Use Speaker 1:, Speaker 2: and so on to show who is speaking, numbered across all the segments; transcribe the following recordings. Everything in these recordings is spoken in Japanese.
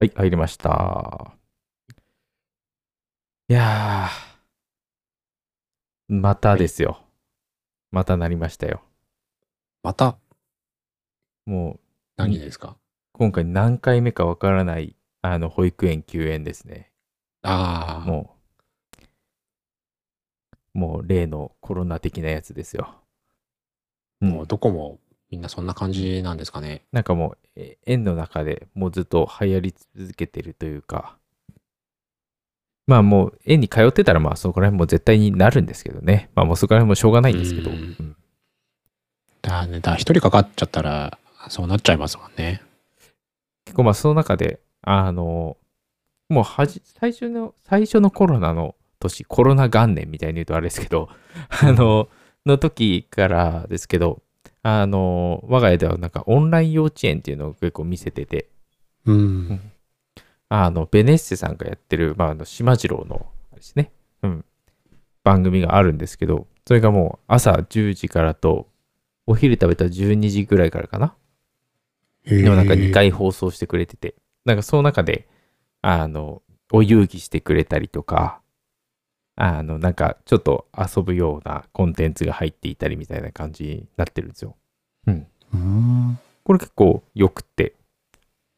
Speaker 1: はい、入りました。いやー、またですよ。またなりましたよ。
Speaker 2: また
Speaker 1: もう、
Speaker 2: 何ですか、
Speaker 1: 今回何回目かわからない、あの、保育園休園ですね。
Speaker 2: ああ、
Speaker 1: もう、もう例のコロナ的なやつですよ。うん
Speaker 2: もうどこもみんなそんな感じなんですかね。
Speaker 1: なんかもう、え園の中でもうずっと流行り続けてるというか、まあもう、園に通ってたら、まあそこら辺も絶対になるんですけどね。まあもうそこら辺もしょうがないんですけど。
Speaker 2: うん
Speaker 1: うん
Speaker 2: だね、だ、一人かかっちゃったら、そうなっちゃいますもんね。
Speaker 1: 結構まあその中で、あの、もうはじ、最初の、最初のコロナの年、コロナ元年みたいに言うとあれですけど、あの、の時からですけど、あの、我が家ではなんかオンライン幼稚園っていうのを結構見せてて、
Speaker 2: うん。
Speaker 1: あの、ベネッセさんがやってる、まあ、あの、島次郎の、あれですね、うん、番組があるんですけど、それがもう朝10時からと、お昼食べた12時ぐらいからかな、
Speaker 2: で
Speaker 1: のなんか2。回放送してくれてて、なんかその中で、あの、お遊戯してくれたりとか、あの、なんかちょっと遊ぶようなコンテンツが入っていたりみたいな感じになってるんですよ。
Speaker 2: うん。
Speaker 1: これ結構良くて、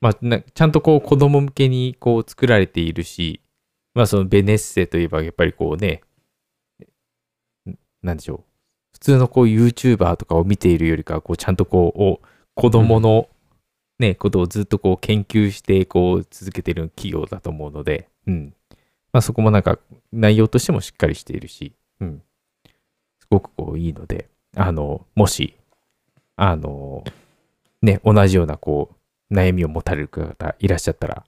Speaker 1: まあ、なちゃんとこう子供向けにこう作られているし、まあそのベネッセといえばやっぱりこうね、んなんでしょう。普通のこう YouTuber とかを見ているよりかは、こうちゃんとこうお、子供のね、ことをずっとこう研究してこう続けてる企業だと思うので、うん。まあそこもなんか内容としてもしっかりしているし、うん。すごくこういいので、あの、もし、あの、ね、同じようなこう、悩みを持たれる方いらっしゃったら、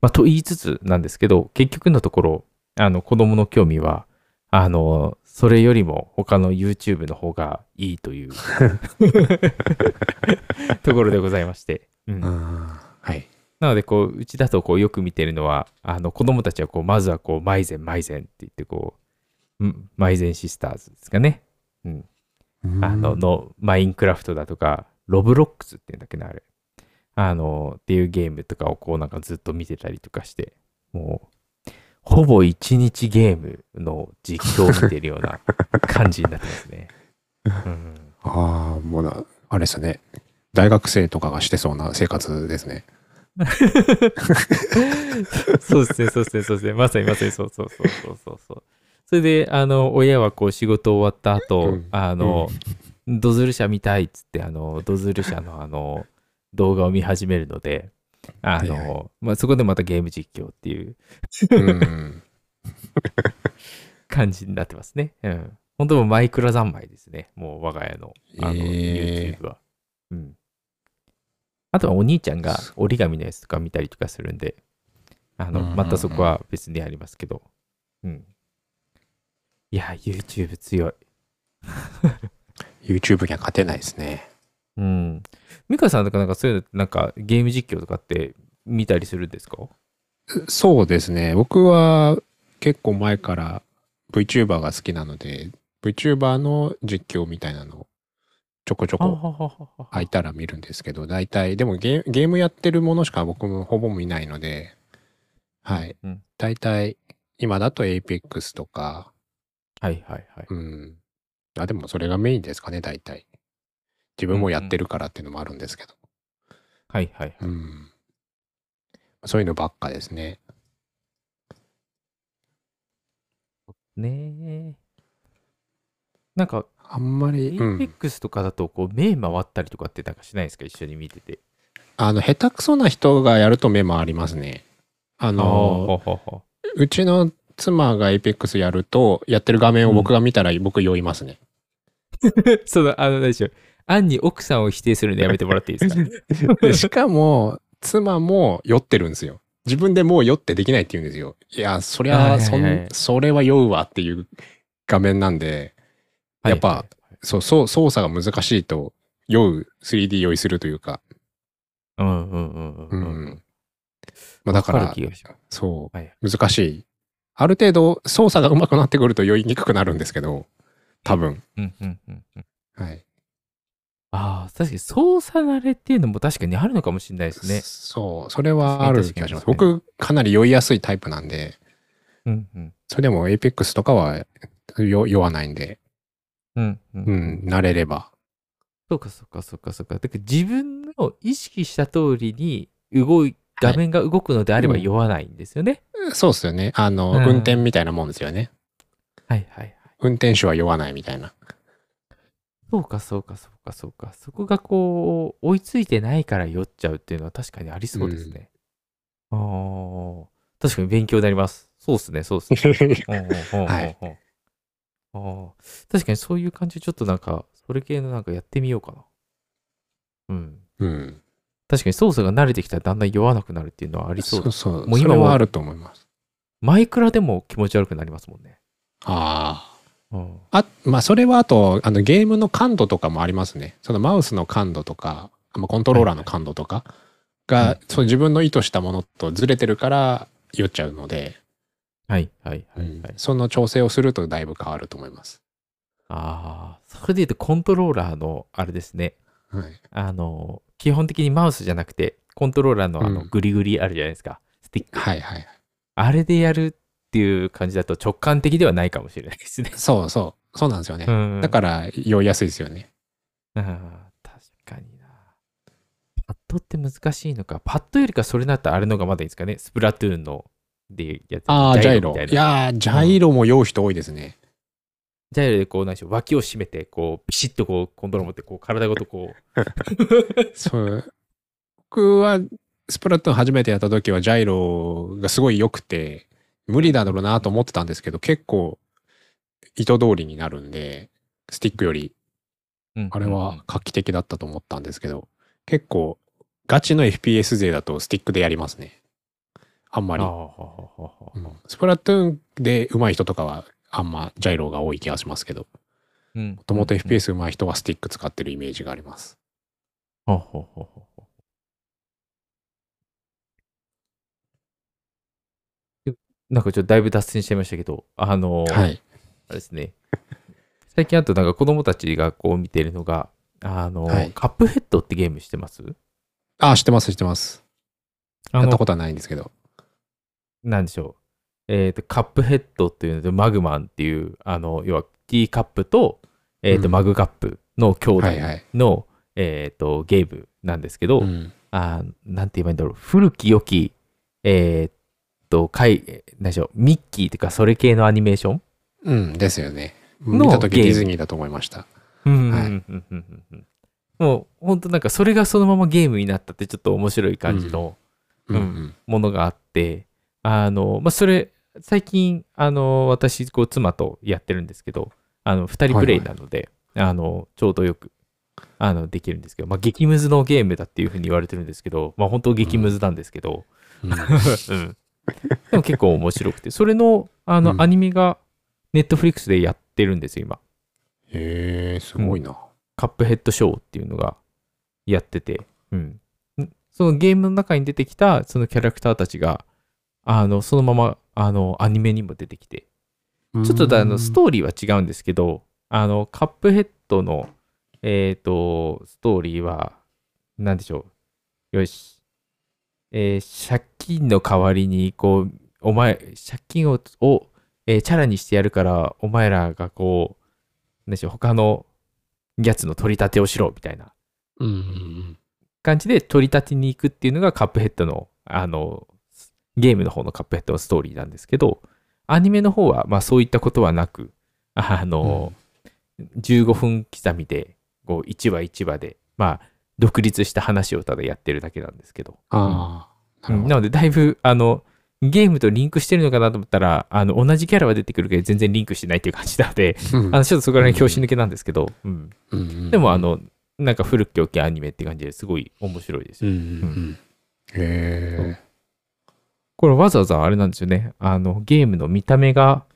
Speaker 1: まあ、と言いつつなんですけど、結局のところ、あの、子供の興味は、あの、それよりも他の YouTube の方がいいと いうところでございまして。うん
Speaker 2: うんはい。
Speaker 1: なので、こう、うちだと、こう、よく見てるのは、あの、子供たちは、こう、まずは、こう、マイゼン、マイゼンって言って、こう、うんマイゼンシスターズですかね。あの、の、マインクラフトだとか、ロブロックスっていうんだっけな、あれ。あの、っていうゲームとかをこうなんかずっと見てたりとかして、もう、ほぼ一日ゲームの実況を見てるような感じになってますね。うん、
Speaker 2: ああ、もうな、あれですね。大学生とかがしてそうな生活ですね。
Speaker 1: そうですね、そうですね、そうですね。まさにまさにそうそうそうそうそうそう。それで、あの、親はこう仕事終わった後、
Speaker 2: うん
Speaker 1: あの、ドズル車見たいっつって、あの、ドズル車のあ の、動画を見始めるので、あの、
Speaker 2: はいは
Speaker 1: まあ、そこでまたゲーム実況っていう
Speaker 2: うん。
Speaker 1: 感じになってますね。うん。本当もうマイクラ三昧ですね。もう我が家の、あの、
Speaker 2: ええ
Speaker 1: YouTube は。うん。あとはお兄ちゃんが折り紙のやつとか見たりとかするんで、あの、
Speaker 2: うんうんうん
Speaker 1: またそこは別にありますけど。うん。いや、YouTube 強い。
Speaker 2: YouTube には勝てないですね。
Speaker 1: うん。美香さんとかなんかそういうのってなんかゲーム実況とかって見たりするんですか
Speaker 2: そうですね。僕は結構前から VTuber が好きなので、VTuber の実況みたいなのをちょこちょ
Speaker 1: あは
Speaker 2: こ
Speaker 1: ははは
Speaker 2: 空いたら見るんですけど、大体、でもゲーゲームやってるものしか僕もほぼ見ないので、はい。
Speaker 1: うん
Speaker 2: 大体、今だと Apex とか、
Speaker 1: はいはいはい。
Speaker 2: うん。あ、でもそれがメインですかね、大体。自分もやってるからっていうのもあるんですけど。
Speaker 1: はいはいはい。
Speaker 2: うん。そういうのばっかですね。
Speaker 1: ねえ。なんか
Speaker 2: あんまり、うん
Speaker 1: APEX とかだとこう目回ったりとかってなんかしないですか一緒に見てて。
Speaker 2: あの、下手くそな人がやると目もありますね。
Speaker 1: あ
Speaker 2: あ
Speaker 1: ー
Speaker 2: の、
Speaker 1: ははは
Speaker 2: うちの妻が Apex やると、やってる画面を僕が見たら僕酔いますね。
Speaker 1: そのあの何でしょう。アンに奥さんを否定するのやめてもらっていいですか
Speaker 2: でしかも、妻も酔ってるんですよ。自分でもう酔ってできないって言うんですよ。いや、そり
Speaker 1: はいはいは
Speaker 2: ゃ、
Speaker 1: い
Speaker 2: そん、それは酔うわっていう画面なんで、やっぱ
Speaker 1: はい
Speaker 2: そう、そう、操作が難しいと、酔う、3D 酔いするというか、
Speaker 1: うんうんうん
Speaker 2: う。
Speaker 1: うんんうん。
Speaker 2: まあだか
Speaker 1: わ
Speaker 2: ら
Speaker 1: か、る気がします
Speaker 2: そ、
Speaker 1: はいう
Speaker 2: 難しい。ある程度、操作が上手くなってくると酔いにくくなるんですけど、多分。
Speaker 1: うんうんうんうん。
Speaker 2: はい。
Speaker 1: ああ、確かに操作慣れっていうのも確かにあるのかもしれないですね。
Speaker 2: そう、それはある気がします。
Speaker 1: 確かに確か
Speaker 2: 僕、かなり酔いやすいタイプなんで、
Speaker 1: うんうん。
Speaker 2: それでも APEX とかは酔酔わないんで、
Speaker 1: うんうん。
Speaker 2: うん、慣れれば。
Speaker 1: そうかそうかそうかそうか。だから自分の意識した通りに動い、画面が動くのであれば
Speaker 2: うん
Speaker 1: 酔わないんですよね。
Speaker 2: そうっすよね。あの、
Speaker 1: うん
Speaker 2: 運転みたいなもんですよね。
Speaker 1: はいはいはい。
Speaker 2: 運転手は酔わないみたい な。
Speaker 1: そうかそうかそうかそうか。そこがこう、追いついてないから酔っちゃうっていうのは確かにありそうですね。ああ、確かに勉強になります。そうですね、そうですね。
Speaker 2: はい
Speaker 1: うんうんうんうんあー確かにそういう感じ、ちょっとなんか、それ系のなんかやってみようかな。うん。
Speaker 2: うん。
Speaker 1: 確かに操作が慣れてきたらだんだん酔わなくなるっていうのはありそう
Speaker 2: そうそう。
Speaker 1: もう
Speaker 2: そ
Speaker 1: 今
Speaker 2: れ
Speaker 1: も
Speaker 2: はあると思います。
Speaker 1: マイクラでも気持ち悪くなりますもんね。
Speaker 2: ああ。
Speaker 1: うん、
Speaker 2: あ、まあ、それはあと、あの、ゲームの感度とかもありますね。そのマウスの感度とか、まあコントローラーの感度とかが、
Speaker 1: はいはい
Speaker 2: そう自分の意図したものとずれてるから酔っちゃうので、
Speaker 1: はいはいはいはい。
Speaker 2: うんその調整をするとだいぶ変わると思います。
Speaker 1: ああ、それで言うとコントローラーのあれですね。
Speaker 2: はい。
Speaker 1: あの、基本的にマウスじゃなくて、コントローラーのあの
Speaker 2: うん
Speaker 1: グリグリあるじゃないですか。スティック。
Speaker 2: はいはい。
Speaker 1: あれでやるっていう感じだと直感的ではないかもしれないですね。
Speaker 2: そうそう。 そうなんですよね。
Speaker 1: うん
Speaker 2: だから酔いやすいですよね。
Speaker 1: ら、確かにな。パッドって難しいのか。パッドよりかそれなったらあれのがまだいいですかね。スプラトゥーンのでやってた
Speaker 2: ああ、ジャイロ。
Speaker 1: みたい
Speaker 2: い
Speaker 1: な。
Speaker 2: やー、ジャイロも酔う人多いですね。
Speaker 1: ジャイロでこう、何でしょう、脇を締めて、こう、ビシッとこう、コントロール持って、こう、体ごとこう、
Speaker 2: そう。僕は、スプラトゥーン初めてやった時は、ジャイロがすごい良くて、無理だろうなと思ってたんですけど、結構、意図通りになるんで、スティックより、
Speaker 1: うん
Speaker 2: あれ
Speaker 1: うん
Speaker 2: は画期的だったと思ったんですけど、結構、ガチの FPS 勢だとスティックでやりますね。あんまり。
Speaker 1: ああ
Speaker 2: うんスプラトゥーンで上手い人とかは、あんまジャイロが多い気がしますけど、も
Speaker 1: うん
Speaker 2: ともと FPS 上手い人はスティック使ってるイメージがあります。
Speaker 1: ほうほうほうほうほうなんかちょっとだいぶ脱線しちゃいましたけど、あのー
Speaker 2: はい。
Speaker 1: あれですね。 最近あとなんか子供たちがこう見てるのが、あのー
Speaker 2: はい
Speaker 1: カップヘッドってゲームしてます
Speaker 2: あ、知ってます、知ってます。
Speaker 1: あ
Speaker 2: やった
Speaker 1: の、
Speaker 2: ことはないんですけど。
Speaker 1: なんでしょう。えっ、と、カップヘッドっていうので、マグマンっていう、あの、要はティーカップと、えっ、と、
Speaker 2: うん
Speaker 1: マグカップの兄弟
Speaker 2: はいはい。
Speaker 1: の、えっ、と、ゲームなんですけど、
Speaker 2: うん
Speaker 1: あーなんて言えばいいんだろう、古き良き、えーっと、かい、えー何でしょう、ミッキーとかそれ系のアニメーション
Speaker 2: うん、ですよね。
Speaker 1: の
Speaker 2: 見たとき
Speaker 1: ゲー
Speaker 2: デ
Speaker 1: ム
Speaker 2: ィズニーだと思いました。
Speaker 1: うん
Speaker 2: は
Speaker 1: うん
Speaker 2: い
Speaker 1: うんうんうんうんもう、本当なんかそれがそのままゲームになったってちょっと面白い感じの
Speaker 2: うん、う
Speaker 1: うん
Speaker 2: ん。
Speaker 1: ものがあって、あの、まあ、それ、最近、あの、私、こう、妻とやってるんですけど、あの、二人プレイなので、あの、ちょうどよく、あの、できるんですけど、まあ、激ムズのゲームだっていうふうに言われてるんですけど、まあ、本当激ムズなんですけど、
Speaker 2: う ん
Speaker 1: うん、でも結構面白くて、それのあの、
Speaker 2: うん
Speaker 1: アニメがネットフリックスでやってるんですよ、今。
Speaker 2: へえ、すごいな。
Speaker 1: カップヘッドショーっていうのがやってて、うん、そのゲームの中に出てきたそのキャラクターたちが、あのそのままあのアニメにも出てきて、ちょっとだあのス
Speaker 2: ー
Speaker 1: トーリーは違うんですけど、あのカップヘッドの、えー、とストーリーは何でしょうよし、えー借金の代わりにこうお前借金をを、えーチャラにしてやるからお前らがこう何でしょう他のやつの取り立てをしろみたいな
Speaker 2: うんうん
Speaker 1: 感じで取り立てに行くっていうのがカップヘッドのあのゲームの方のカップヘッドのストーリーなんですけどアニメの方はまあそういったことはなくあの、15分刻みでこう1話1話でまあ独立した話をただやってるだけなんですけど
Speaker 2: ああ、
Speaker 1: な
Speaker 2: なるほど。
Speaker 1: のでだいぶあのゲームとリンクしてるのかなと思ったらあの同じキャラは出てくるけど全然リンクしてないっていう感じなので
Speaker 2: うん
Speaker 1: あのちょっとそこら辺拍子抜けなんですけど、うん、
Speaker 2: うんうん
Speaker 1: でもあ、のなんか古き良きアニメって感じですごい面白いですよ
Speaker 2: うんうんうん、へ
Speaker 1: これわざわざあれなんですよね。あの、ゲームの見た目が、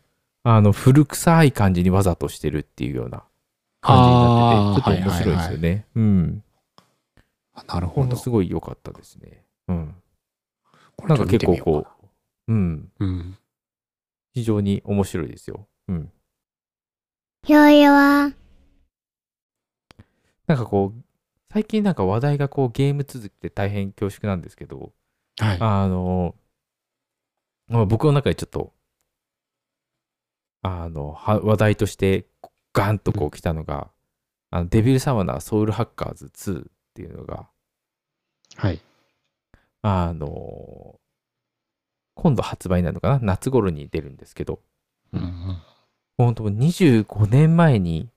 Speaker 1: あの、古臭い感じにわざとしてるっていうような感じになってて、ちょっと面白いですよ
Speaker 2: ね。
Speaker 1: ね。うん。
Speaker 2: あなるほ
Speaker 1: これも
Speaker 2: ど。
Speaker 1: すごい良かったですね。うん。
Speaker 2: こ
Speaker 1: な
Speaker 2: れ
Speaker 1: んか
Speaker 2: ちょ
Speaker 1: 結
Speaker 2: っと見て
Speaker 1: 構
Speaker 2: みよう
Speaker 1: こう、うん。
Speaker 2: かなうん。
Speaker 1: 非常に面白いですよ。うん。
Speaker 3: よいよわ。
Speaker 1: なんかこう、最近なんか話題がこうゲーム続きで大変恐縮なんですけど、
Speaker 2: はい。
Speaker 1: あの、まあ、僕の中でちょっと、あの、は話題としてガンとこう来たのが、あのデビルサマナーソウルハッカーズ2っていうのが、
Speaker 2: はい。
Speaker 1: あの、今度発売になるのかな夏頃に出るんですけど、
Speaker 2: うんうん
Speaker 1: もう本当25年前に、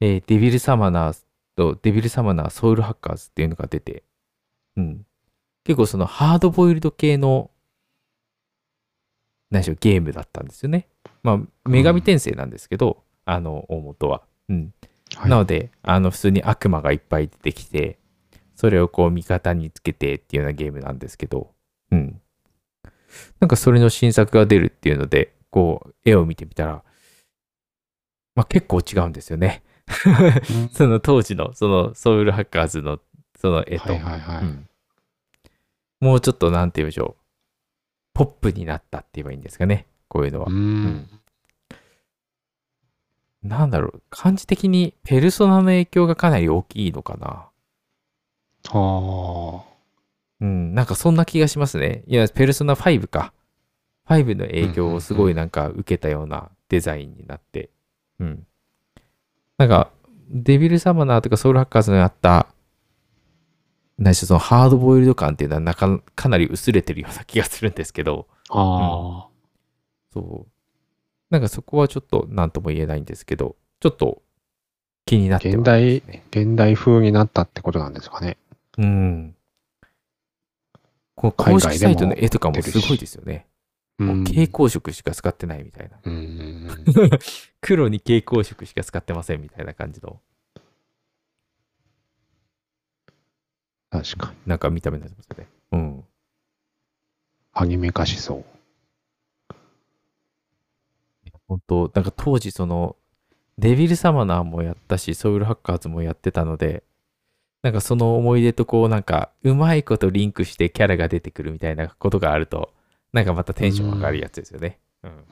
Speaker 1: えーデビルサマナーズとデビルサマナーソウルハッカーズっていうのが出て、うん。結構そのハードボイルド系の、何でしょう、ゲームだったんですよね。まあ、女神転生なんですけど、あの、大元は。うん。
Speaker 2: はい
Speaker 1: なので、あの、普通に悪魔がいっぱい出てきて、それをこう味方につけてっていうようなゲームなんですけど、うん。なんかそれの新作が出るっていうので、こう、絵を見てみたら、まあ結構違うんですよね。
Speaker 2: うん
Speaker 1: その当時の、そのソウルハッカーズの、その絵と、
Speaker 2: はいはいは
Speaker 1: う
Speaker 2: い。
Speaker 1: んもうちょっとなんて言うんでしょう、ポップになったって言えばいいんですかね、こういうのは
Speaker 2: う。ん。
Speaker 1: なんだろう、感じ的にペルソナの影響がかなり大きいのかな。
Speaker 2: は
Speaker 1: うん、なんかそんな気がしますね。いや、ペルソナ5か。5の影響をすごいなんか受けたようなデザインになって。うん。なんか、デビルサマナーとかソウルハッカーズにあった、何しろそのハードボイルド感っていうのはなかかなり薄れてるような気がするんですけど、
Speaker 2: あ。はあ。
Speaker 1: そう。なんかそこはちょっと何とも言えないんですけど、ちょっと気になっては
Speaker 2: 現代、現代風になったってことなんですかね。
Speaker 1: うん。こう
Speaker 2: 海
Speaker 1: 公
Speaker 2: 外
Speaker 1: 式
Speaker 2: で
Speaker 1: サ
Speaker 2: も
Speaker 1: イトの絵とかもすごいですよね。
Speaker 2: う。
Speaker 1: もうん蛍光色しか使ってないみたいな。
Speaker 2: うん。
Speaker 1: 黒に蛍光色しか使ってませんみたいな感じの、
Speaker 2: 確かに。
Speaker 1: なんか見た目になってますよね。うん。
Speaker 2: アニメ化しそう。
Speaker 1: 本当なんか当時その、デビルサマナーもやったし、ソウルハッカーズもやってたので、なんかその思い出とこう、なんか、うまいことリンクしてキャラが出てくるみたいなことがあると、なんかまたテンション上がるやつですよね。うん。
Speaker 2: うん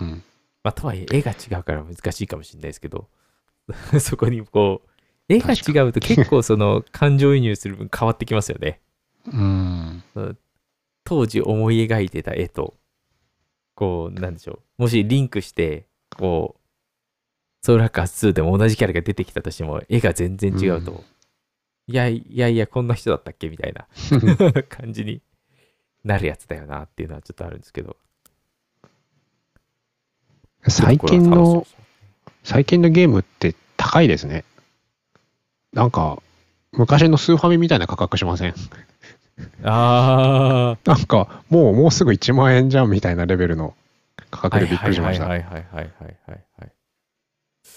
Speaker 2: うんうん。
Speaker 1: まあ、とはいえ、絵が違うから難しいかもしれないですけど、 そこにこう、絵が違うと結構その感情移入する分変わってきますよね。
Speaker 2: うん。
Speaker 1: 当時思い描いてた絵と、こう、なんでしょう。もしリンクして、こう、ソウルハッカーズ2でも同じキャラが出てきたとしても、絵が全然違うと、
Speaker 2: うん
Speaker 1: いやいやいや、こんな人だったっけみたいな感じになるやつだよなっていうのはちょっとあるんですけど。
Speaker 2: 最近の、、最近のゲームって高いですね。なんか、昔のスーファミみたいな価格しません
Speaker 1: ああ、
Speaker 2: なんか、もう、もうすぐ1万円じゃんみたいなレベルの価格でびっくりしました。
Speaker 1: はいはいはいはいはいはい。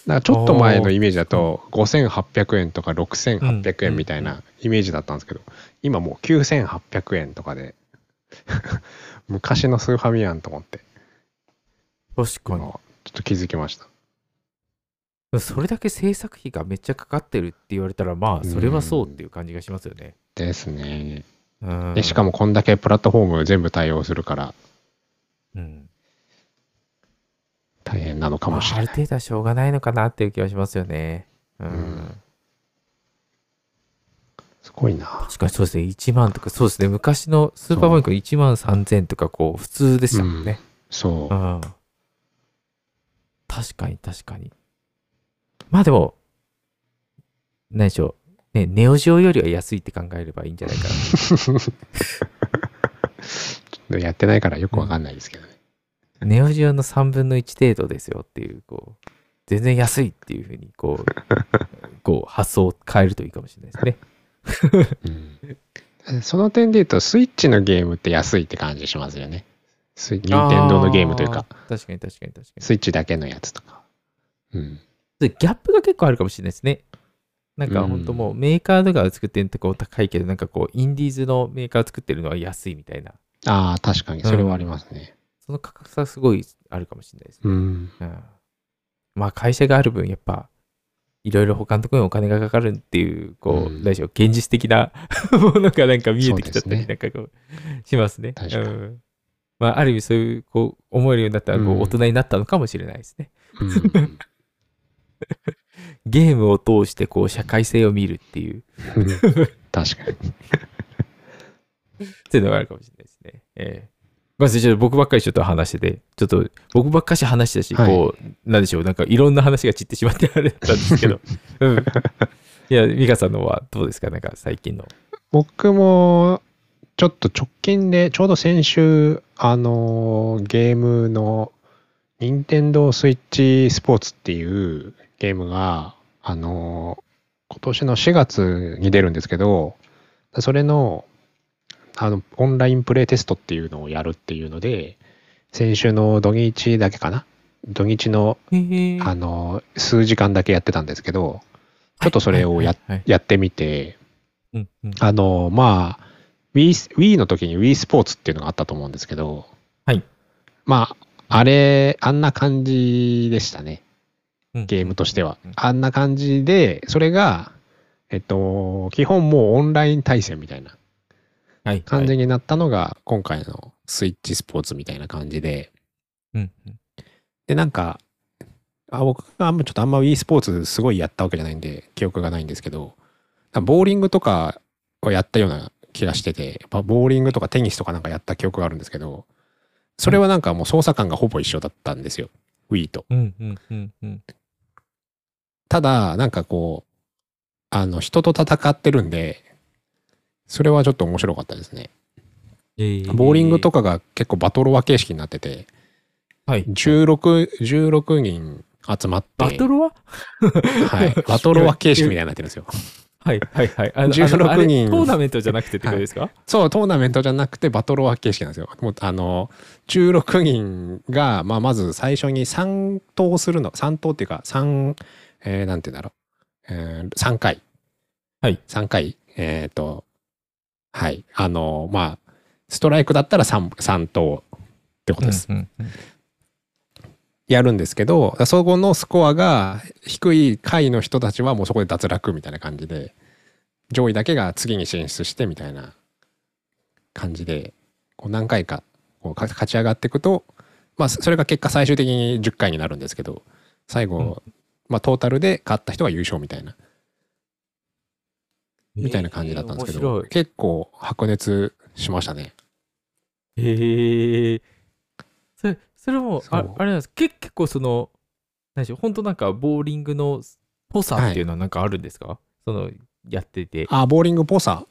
Speaker 2: なんかちょっと前のイメージだと、5800円とか6800円みたいなイメージだったんですけど、今もう9800円とかで、 昔のスーファミやんと思って、
Speaker 1: 確
Speaker 2: 今
Speaker 1: かに。
Speaker 2: ちょっと気づきました。
Speaker 1: それだけ制作費がめっちゃかかってるって言われたら、まあ、それはそうっていう感じがしますよね。
Speaker 2: ですね。
Speaker 1: うん
Speaker 2: でしかもこんだけプラットフォーム全部対応するから
Speaker 1: うん、
Speaker 2: 大変なのかもし
Speaker 1: まああ
Speaker 2: れ
Speaker 1: る
Speaker 2: ない。
Speaker 1: 程度はしょうがないのかなっていう気はしますよね。うん
Speaker 2: うんすごいな。
Speaker 1: 確かにそうですね、1万とか、そうですね、昔のスーパーバンク1万3000とか、こう、普通でしたもんね。
Speaker 2: そう う。
Speaker 1: ん。確かに、確かに。まあでも、何でしょう、ね、ネオジオよりは安いって考えればいいんじゃないかな。
Speaker 2: やってないからよくわかんないですけどね。
Speaker 1: ネオジオの3分の1程度ですよっていう、こう、全然安いっていうふうに、こう、 こう発想を変えるといいかもしれないですね。
Speaker 2: うんその点で言うと、スイッチのゲームって安いって感じしますよね。スイ任天堂のゲームというか、
Speaker 1: あー。確かに確かに確かに。
Speaker 2: スイッチだけのやつとか。うん。
Speaker 1: でギャップが結構あるかもしれないですね。なんか
Speaker 2: うん
Speaker 1: 本当もうメーカーとかが作ってるとこ高いけど、なんかこう、インディーズのメーカーが作ってるのは安いみたいな。
Speaker 2: ああ、確かに、それはありますね。
Speaker 1: その価格差すごいあるかもしれないです
Speaker 2: う
Speaker 1: ね。
Speaker 2: ん。
Speaker 1: うんまあ会社がある分、やっぱ、いろいろ他のところにお金がかかるっていう、こう、
Speaker 2: うん
Speaker 1: 何でしょう、現実的な ものがなんか見えてきちゃったり、
Speaker 2: そうですね
Speaker 1: なんかこう、しますね。
Speaker 2: 確かに
Speaker 1: うんまあ、ある意味そういう、こう、思えるようになったら、こ
Speaker 2: うん
Speaker 1: う、大人になったのかもしれないですね。
Speaker 2: うん
Speaker 1: ゲームを通してこう社会性を見るっていう、
Speaker 2: 確かに。
Speaker 1: っていうのがあるかもしれないですね。ええごめんなさい、ちょっと僕ばっかりちょっと話してて、ちょっと僕ばっかし話してたし、
Speaker 2: はい
Speaker 1: こう、なんでしょう、なんかいろんな話が散ってしまってあれだったんですけ ど、うん。いや、美香さんのはどうですかなんか最近の。
Speaker 2: 僕も、ちょっと直近で、ちょうど先週、あのーゲームの、任天堂スイッチスポーツっていうゲームが、あのー今年の4月に出るんですけど、それの、あの、オンラインプレイテストっていうのをやるっていうので、先週の土日だけかな土日の、あのー数時間だけやってたんですけど、ちょっとそれをやっ
Speaker 1: はいはい
Speaker 2: やってみて、
Speaker 1: うんうん
Speaker 2: あの、まあ、Wii, Wii の時に Wii スポーツっていうのがあったと思うんですけど、
Speaker 1: はい。
Speaker 2: まあ、あれ、あんな感じでしたね、
Speaker 1: うん
Speaker 2: ゲームとしては
Speaker 1: うん。
Speaker 2: あんな感じで、それが、えっと、基本もうオンライン対戦みたいな
Speaker 1: はい。
Speaker 2: 感じ
Speaker 1: はい
Speaker 2: になったのが、今回のスイッチスポーツみたいな感じで、
Speaker 1: うんうん
Speaker 2: で、なんか、あ僕があんまちょっとあんま e スポーツすごいやったわけじゃないんで、記憶がないんですけど、なんかボーリングとかをやったような気がしてて、やっぱボーリングとかテニスとかなんかやった記憶があるんですけど、それはなんかもう操作感がほぼ一緒だったんですよ、Wii と。
Speaker 1: うんうんうんうん。
Speaker 2: ただ、なんかこう、あの、人と戦ってるんで、それはちょっと面白かったですね。ボーリングと
Speaker 1: か、
Speaker 2: かが結構バトロワ形式になってて、
Speaker 1: はい、
Speaker 2: 16、16人集まって、
Speaker 1: バトルは
Speaker 2: はい。 バトロワ形式みたいになってるんですよ。
Speaker 1: はいはいはい。あの
Speaker 2: 16
Speaker 1: あのあれ
Speaker 2: 人
Speaker 1: トーナメントじゃなくてってことですか
Speaker 2: そう、トーナメントじゃなくてバトロワ形式なん ですよ。もう、あの、16人が、まあ、まず最初に3投するの、3投っていうか、3、えー、なんて言うんだろう、えー、3回。
Speaker 1: はい。
Speaker 2: 3回、えっ、と、はい。あの、まあ、ストライクだったら3、3投ってことです。
Speaker 1: うんうん
Speaker 2: やるんですけど、そこのスコアが低い回の人たちはもうそこで脱落みたいな感じで、上位だけが次に進出してみたいな感じで、こう何回かこうか勝ち上がっていくと、まあそそれが結果最終的に10回になるんですけど、最後、まあトータルで勝った人が優勝みたいな、みたいな感じだったんですけ
Speaker 1: えー面
Speaker 2: ど、
Speaker 1: 白い
Speaker 2: 結構白熱しましたね。
Speaker 1: へえ。それ、それも、あ
Speaker 2: そう
Speaker 1: あれなんですけ結構その、何でしょう、本当なんかボーリングのぽさっていうのはなんかあるんですか、その、やってて。
Speaker 2: あ、ボーリングっぽさ。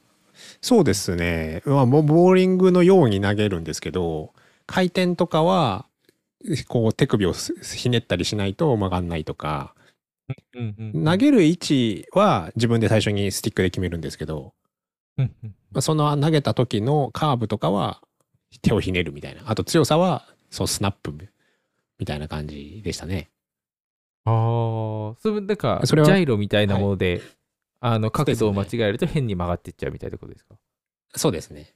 Speaker 2: そうですね。まあ、ボボーリングのように投げるんですけど、回転とかは、こう手首をすひねったりしないと曲がんないとか、
Speaker 1: うんうんうん
Speaker 2: 投げる位置は自分で最初にスティックで決めるんですけど、
Speaker 1: うんうん
Speaker 2: まあその投げた時のカーブとかは手をひねるみたいな。あと強さは、そう、スナップみたいな感じでしたね。
Speaker 1: ああ、それなんか、ジ
Speaker 2: それは
Speaker 1: ャイロみたいなもので、あの、角度を間違えると変に曲がっていっちゃうみたいなことですか
Speaker 2: そうですね。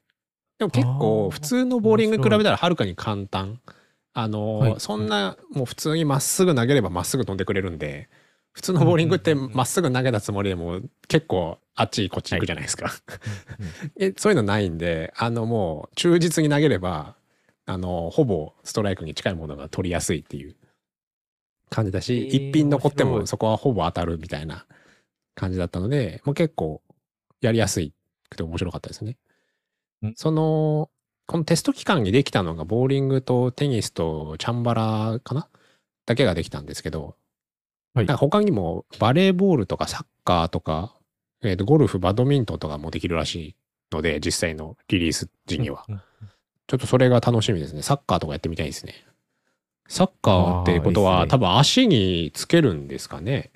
Speaker 2: でも結
Speaker 1: あ
Speaker 2: 構
Speaker 1: ー
Speaker 2: 普通のボーリングに比べたらはるかに簡単。あの、
Speaker 1: はい
Speaker 2: そんなもう普通にまっすぐ投げればまっすぐ飛んでくれるんで、普通のボーリングって
Speaker 1: うんうんうんうん
Speaker 2: まっすぐ投げたつもりでも結構あっちこっち行くじゃないですか。
Speaker 1: うんうん
Speaker 2: えそういうのないんで、あのもう忠実に投げれば、あのほぼストライクに近いものが取りやすいっていう感じだし、
Speaker 1: えー
Speaker 2: 一品残って
Speaker 1: 面白
Speaker 2: も
Speaker 1: い
Speaker 2: そこはほぼ当たるみたいな感じだったので、もう結構やりやすいくて面白かったですね
Speaker 1: うん。
Speaker 2: その、このテスト期間にできたのが、ボーリングとテニスとチャンバラかなだけができたんですけど、
Speaker 1: はい
Speaker 2: なんか他にもバレーボールとかサッカーとか、えーとゴルフ、バドミントンとかもできるらしいので、実際のリリース時には。
Speaker 1: うんうん
Speaker 2: ちょっとそれが楽しみですね。サッカーとかやってみたいですね。サッカーってこと
Speaker 1: あーいい
Speaker 2: は、
Speaker 1: っすね
Speaker 2: 多分足につけるんですかね。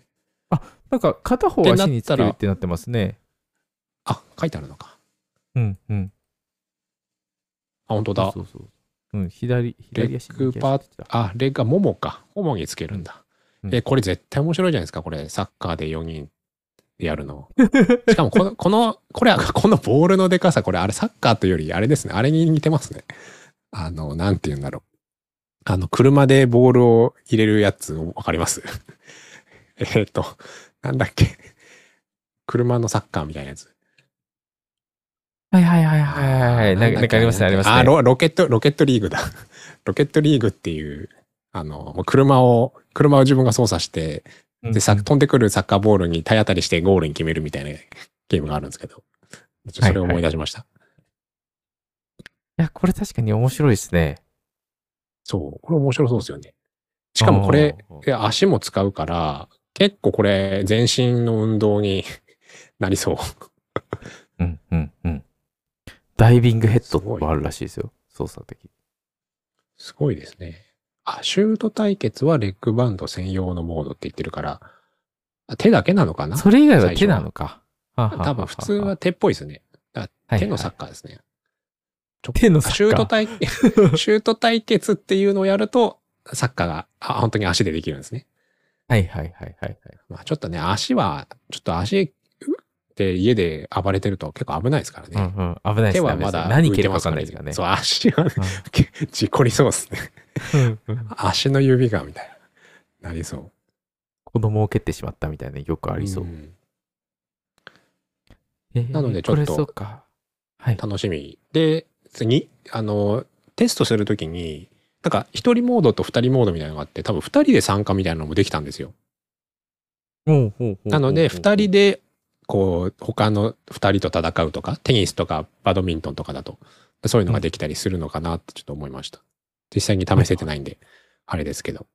Speaker 1: なんか、片方足につけるってなってますね。
Speaker 2: あ、書いてあるのか。
Speaker 1: うんうん。
Speaker 2: あ、本当だ。
Speaker 1: そうそうそう。うん、左、左足。
Speaker 2: レッグパ
Speaker 1: ッ
Speaker 2: あ、レッグはももか。ももにつけるんだ。
Speaker 1: うん
Speaker 2: え、これ絶対面白いじゃないですか。これ、サッカーで4人でやるの。 しかもこの、この、これは、このボールのでかさ、これ、あれ、サッカーというより、あれですね。あれに似てますね。あの、なんて言うんだろう。あの、車でボールを入れるやつ、わかります えーっと、なんだっけ。車のサッカーみたいなやつ。
Speaker 1: はいはいはいはいはい。なんかなんかありますね、ありますね。
Speaker 2: あロ、ロケット、ロケットリーグだ。 ロケットリーグっていう、あの、もう車を、車を自分が操作して、
Speaker 1: うん
Speaker 2: で、さ飛んでくるサッカーボールに体当たりしてゴールに決めるみたいなゲームがあるんですけど、ちょっとそれを思い出しました。
Speaker 1: いや、これ確かに面白いですね。
Speaker 2: そう、これ面白そうですよね。しかもこれ、
Speaker 1: あー
Speaker 2: いや足も使うから、結構これ、全身の運動に なりそう。
Speaker 1: うんうんうん。ダイビングヘッドもあるらしいですよ、操作的。
Speaker 2: すごいですね。あ、シュート対決はレッグバンド専用のモードって言ってるから、あ手だけなのかな
Speaker 1: それ以外は手なのか。はあはあはあ
Speaker 2: 多分普通は手っぽいですね。だから手のサッカーですね。
Speaker 1: 手 のサ
Speaker 2: シュ
Speaker 1: ッ
Speaker 2: ー
Speaker 1: カ
Speaker 2: ト
Speaker 1: ー。
Speaker 2: 対、 シュート対決っていうのをやると、サッカーがあ本当に足でできるんですね。
Speaker 1: はいはいはいはいはい。
Speaker 2: まあちょっとね、足は、ちょっと足で家で暴れてると結構危ないですから
Speaker 1: うん
Speaker 2: ね。
Speaker 1: うん。危ないです
Speaker 2: 手は
Speaker 1: ダメで
Speaker 2: ますだ
Speaker 1: 何
Speaker 2: 浮
Speaker 1: 蹴
Speaker 2: いて
Speaker 1: るか
Speaker 2: ま
Speaker 1: 分
Speaker 2: す
Speaker 1: か
Speaker 2: か
Speaker 1: んな
Speaker 2: らね
Speaker 1: いですからね。
Speaker 2: そう、足は、 事故りそうですね。
Speaker 1: うんうん
Speaker 2: 足の指が、みたいな。なりそう。
Speaker 1: 子供を蹴ってしまったみたいな、よくありそう。
Speaker 2: ん
Speaker 1: えー
Speaker 2: なのでちょっと
Speaker 1: これそうか。はい。
Speaker 2: 楽しみ。で、次、あの、テストするときに、なんか、一人モードと二人モードみたいなのがあって、多分二人で参加みたいなのもできたんですよ。
Speaker 1: ほうほうほうほう
Speaker 2: なので、二人
Speaker 1: で。
Speaker 2: で、こう、他の二人と戦うとか、テニスとかバドミントンとかだと、そういうのができたりするのかなってちょっと思いました。実際に試せてないんで、あれですけど。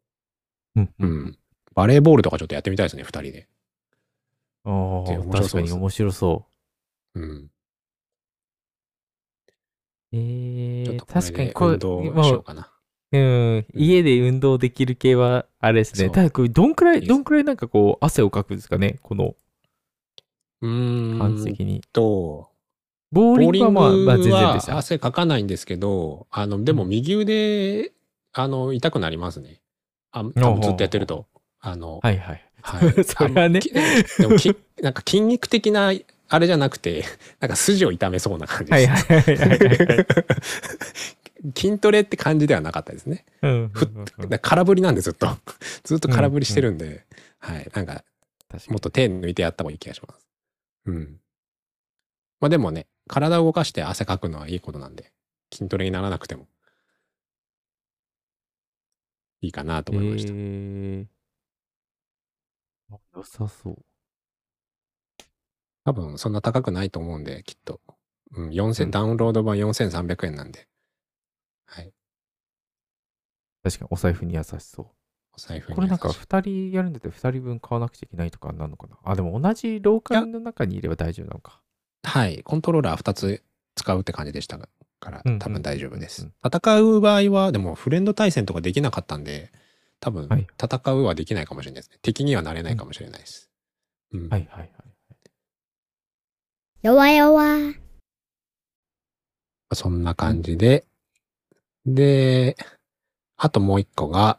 Speaker 1: うん
Speaker 2: う。ん。バレーボールとかちょっとやってみたいですね、二人で。
Speaker 1: あー
Speaker 2: 面白そうで
Speaker 1: 確
Speaker 2: す
Speaker 1: かに面白そ
Speaker 2: うん。
Speaker 1: う。えー
Speaker 2: ちょっとこ
Speaker 1: 確か
Speaker 2: れ
Speaker 1: に
Speaker 2: で
Speaker 1: これ、
Speaker 2: 運動しよう
Speaker 1: も
Speaker 2: かな。
Speaker 1: う、うん、家で運動できる系は、あれです
Speaker 2: そ
Speaker 1: ね。
Speaker 2: う
Speaker 1: ただ、これどんくら
Speaker 2: いい
Speaker 1: い、
Speaker 2: です
Speaker 1: どんくらいなんかこう、汗をかくんですかね、この
Speaker 2: う
Speaker 1: 感じ
Speaker 2: ーん
Speaker 1: 的に。
Speaker 2: と、
Speaker 1: ボ
Speaker 2: ボ
Speaker 1: ーリ
Speaker 2: ーリ
Speaker 1: ン
Speaker 2: ン
Speaker 1: グ
Speaker 2: グ
Speaker 1: はまあ、まあ、全然でし
Speaker 2: は
Speaker 1: た。
Speaker 2: 汗かかないんですけど、あの、でも右腕、あの、痛くなりますね。あ、多分ずっとやってると。あの、
Speaker 1: はいはい。
Speaker 2: はい。
Speaker 1: それはね
Speaker 2: あのきでもきなんか筋肉的なあれじゃなくて、 なんか筋を痛めそうな感じ
Speaker 1: は
Speaker 2: で
Speaker 1: い
Speaker 2: す。
Speaker 1: はいはいはいはい。
Speaker 2: 筋トレって感じではなかったですね。
Speaker 1: うんうん
Speaker 2: ふ
Speaker 1: うんうん
Speaker 2: だから空振りなんでずっと。 ずっと空振りしてるんで、はい。なんか、
Speaker 1: 確か
Speaker 2: も
Speaker 1: に
Speaker 2: っと手抜いてやった方がいい気がします。うん。まあでもね、体を動かして汗かくのはいいことなんで、筋トレにならなくても、いいかなと思いました。
Speaker 1: えーあ良さそう。
Speaker 2: 多分そんな高くないと思うんで、きっと。うん、
Speaker 1: う
Speaker 2: 4000、
Speaker 1: ん
Speaker 2: ダウンロード版4300円なんで。はい。
Speaker 1: 確かにお財布に優しそ
Speaker 2: お財布
Speaker 1: う。
Speaker 2: に
Speaker 1: これなんか
Speaker 2: 優しい
Speaker 1: 2人やるんだったら2人分買わなくちゃいけないとかなのかな。あ、でも同じ廊下の中にいれば大丈夫なのか。
Speaker 2: はい。コントローラー2つ使うって感じでしたから
Speaker 1: うん、
Speaker 2: 多分大丈夫で
Speaker 1: う
Speaker 2: す
Speaker 1: ん。
Speaker 2: 戦う場合は、でもフレンド対戦とかできなかったんで、多分
Speaker 1: はい
Speaker 2: 戦うはできないかもしれないですね。敵にはなれないかもしれないです。うん。
Speaker 1: はいはいはい。
Speaker 4: 弱々。
Speaker 2: そんな感じで。で、あともう一個が、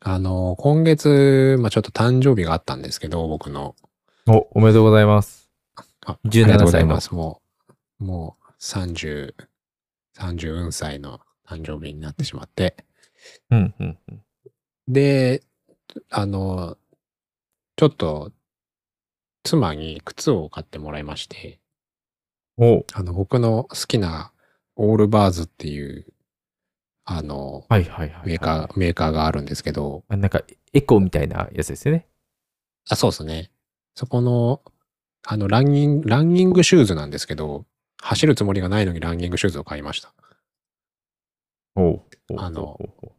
Speaker 2: あの、今月、まあちょっと誕生日があったんですけど、僕の。
Speaker 1: お、おめでとうございます。
Speaker 2: あ
Speaker 1: 17歳の
Speaker 2: ありがとうございます。もう、もう30、34歳の誕生日になってしまって。
Speaker 1: うんうんうん。
Speaker 2: で、あの、ちょっと、妻に靴を買ってもらいまして、
Speaker 1: お、
Speaker 2: あの、僕の好きなオールバーズっていう、あの、
Speaker 1: はいはいはい、はい。
Speaker 2: メーカー、メーカーがあるんですけど、
Speaker 1: あ。なんかエコみたいなやつですよね。
Speaker 2: あ、そうですね。そこの、あの、ランニング、ランニングシューズなんですけど、走るつもりがないのにランニングシューズを買いました。
Speaker 1: おお
Speaker 2: あの
Speaker 1: おお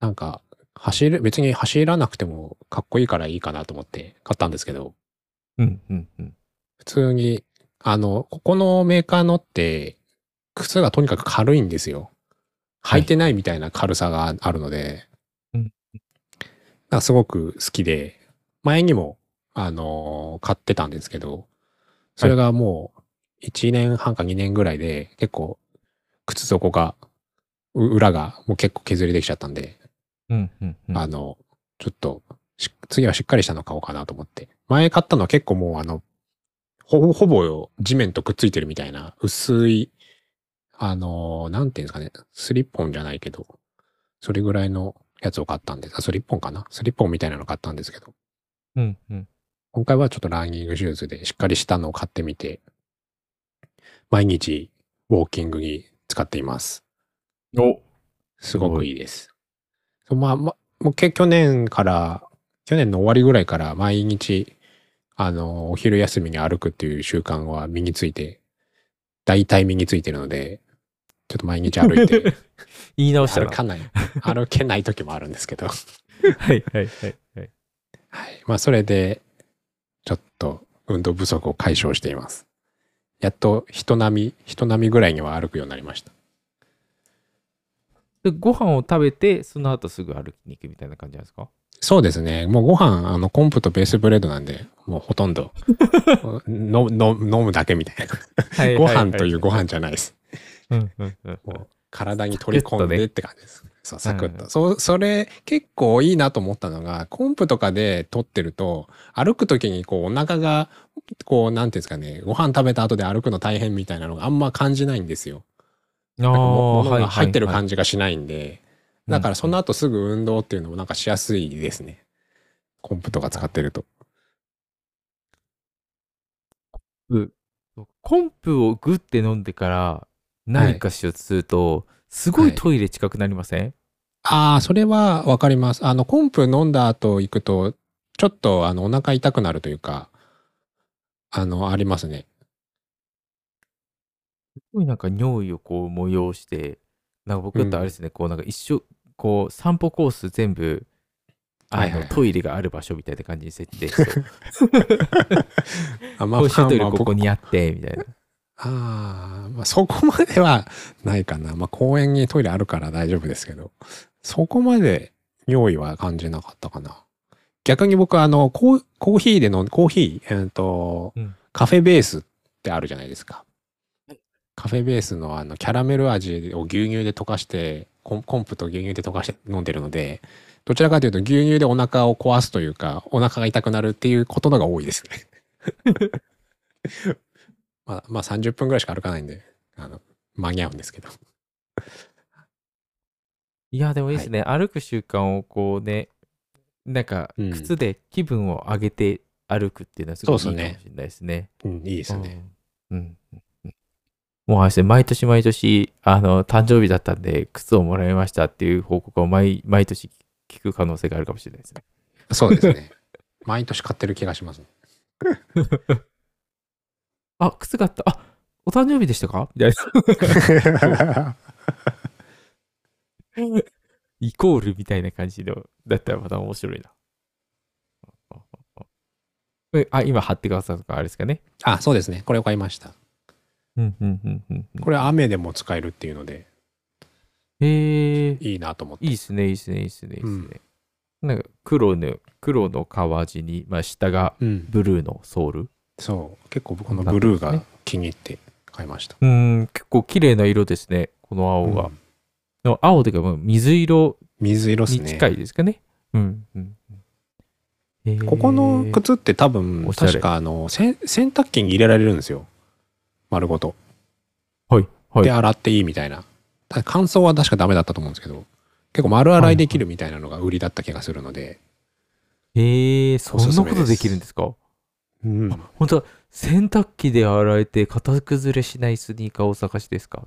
Speaker 2: なんか、走る、別に走らなくてもかっこいいからいいかなと思って買ったんですけど、
Speaker 1: うんうんうん。
Speaker 2: 普通に、あの、ここのメーカーのって、靴がとにかく軽いんですよ。
Speaker 1: はい
Speaker 2: 履いてないみたいな軽さがあるので、
Speaker 1: うん
Speaker 2: なんかすごく好きで、前にも、あのー買ってたんですけど、それがもう、1年半か2年ぐらいで、結構、靴底が、う裏がもう結構削れてきちゃったんで、
Speaker 1: うんうんうん。
Speaker 2: あの、ちょっとし、次はしっかりしたの買おうかなと思って。前買ったのは結構もうあの、ほぼ、ほぼ地面とくっついてるみたいな薄い、あの、なんていうんですかね、スリッポンじゃないけど、それぐらいのやつを買ったんです。あ、スリッポンかなスリッポンみたいなの買ったんですけど、
Speaker 1: うんうん。
Speaker 2: 今回はちょっとランニングシューズでしっかりしたのを買ってみて、毎日ウォーキングに使っています。
Speaker 1: お
Speaker 2: すごくいいです。まあ、ま、もうけ去年から去年の終わりぐらいから毎日、あの、お昼休みに歩くっていう習慣は身について、大体身についてるので、ちょっと毎日歩い て、
Speaker 1: 言い直した
Speaker 2: 歩
Speaker 1: ら。は
Speaker 2: かない、歩けない時もあるんですけど、
Speaker 1: いはいはいはい。
Speaker 2: はい。まあ、それで、ちょっと運動不足を解消しています。やっと人並み、人並みぐらいには歩くようになりました。
Speaker 1: でご飯を食べて、その後すぐ歩きに行くみたいな感じなんですか
Speaker 2: そうですね。もうご飯、あの、コンプとベースブレードなんで、もうほとんど、 のの飲むだけみたいな。 ご飯というご飯。じゃないです。
Speaker 1: うんうんうん
Speaker 2: もう体に取り込んでって感じです。そう、サクッ
Speaker 1: うんう
Speaker 2: と。そう、それ結構いいなと思ったのが、コンプとかで取ってると、歩くときにこうお腹が、こう、なんていうんですかね、ご飯食べた後で歩くの大変みたいなのがあんま感じないんですよ。
Speaker 1: あ
Speaker 2: なんかも
Speaker 1: あ、
Speaker 2: 物が入ってる
Speaker 1: じ。
Speaker 2: 感じがしないんで。
Speaker 1: はいはい
Speaker 2: だからその後すぐ運動っていうのもなんかしやすいですね。コンプとか使ってると。
Speaker 1: コンプをグって飲んでから何かしようとすると、すごいトイレ近くなりません、
Speaker 2: ああ、それはわかります。あの、コンプ飲んだ後行くと、ちょっとあの、お腹痛くなるというか、あの、ありますね。
Speaker 1: すごいなんか尿意をこう催して、なんか僕だったらあれですね、こうなんか一緒、こう散歩コース全部、あの、
Speaker 2: はいはいはい
Speaker 1: トイレがある場所みたいな感じに設定して、
Speaker 2: あ ま
Speaker 1: 公衆トイレ
Speaker 2: まあ
Speaker 1: ここ
Speaker 2: 僕
Speaker 1: にあって、みたいな。
Speaker 2: ああ、まあそこまではないかな。まあ公園にトイレあるから大丈夫ですけど、そこまで尿意は感じなかったかな。逆に僕はあの、コーコーヒーで飲ん、コーヒー、えーと、
Speaker 1: うん
Speaker 2: カフェベースってあるじゃないですか。カフェベースのあの、キャラメル味を牛乳で溶かして、コンコンプと牛乳で溶かして飲んでるので、どちらかというと牛乳でお腹を壊すというか、お腹が痛くなるっていうことのが多いですね。まあ、まあ30分ぐらいしか歩かないんで、あの、間に合うんですけど。
Speaker 1: いや、でもいいですね、歩く習慣をこうね、なんか
Speaker 2: うん
Speaker 1: 靴で気分を上げて歩くっていうのはすごいいいかもしれないですね。
Speaker 2: うん、いいですよね。
Speaker 1: うん。うんうんもうあれですね、毎年毎年、あの、誕生日だったんで、靴をもらいましたっていう報告を毎毎年聞く可能性があるかもしれないですね。
Speaker 2: そうですね。 毎年買ってる気がし ます、ね。
Speaker 1: あ、靴があった。あ、お誕生日でしたかみたいな。 イコールみたいな感じで、だったらまた面白いな。えあ、今貼ってくださったのがあれですかね。
Speaker 2: あ、そうですね。これを買いました。
Speaker 1: うんうんうんうんうん。
Speaker 2: これ雨でも使えるっていうので、
Speaker 1: へえ。
Speaker 2: いいなと思って。
Speaker 1: いいですね、いいですね、いいですね、いいです
Speaker 2: うん
Speaker 1: ね。なんか黒の、黒の革地に、まあ下が
Speaker 2: うん。
Speaker 1: ブルーのソール。
Speaker 2: そう。結構僕このブルーが気に入って買いました。
Speaker 1: うん、結構綺麗な色ですね、この青が。
Speaker 2: うん
Speaker 1: でも青というか、まあ水色
Speaker 2: 水色です
Speaker 1: に近
Speaker 2: ね。
Speaker 1: いですかね。うん、うん。えー
Speaker 2: ここの靴って多分
Speaker 1: お、しゃれ
Speaker 2: 確かあの、せん洗濯機に入れられるんですよ。丸ごと。
Speaker 1: はい、はい。
Speaker 2: で洗っていいみたいな。ただ乾燥は確かダメだったと思うんですけど、結構丸洗いできるみたいなのが売りだった気がするので、
Speaker 1: えー、そん
Speaker 2: おすす
Speaker 1: な
Speaker 2: め
Speaker 1: こ
Speaker 2: です
Speaker 1: とできるんですか
Speaker 2: うん
Speaker 1: 本当は洗濯機で洗えて型崩れしないスニーカーをお探しですか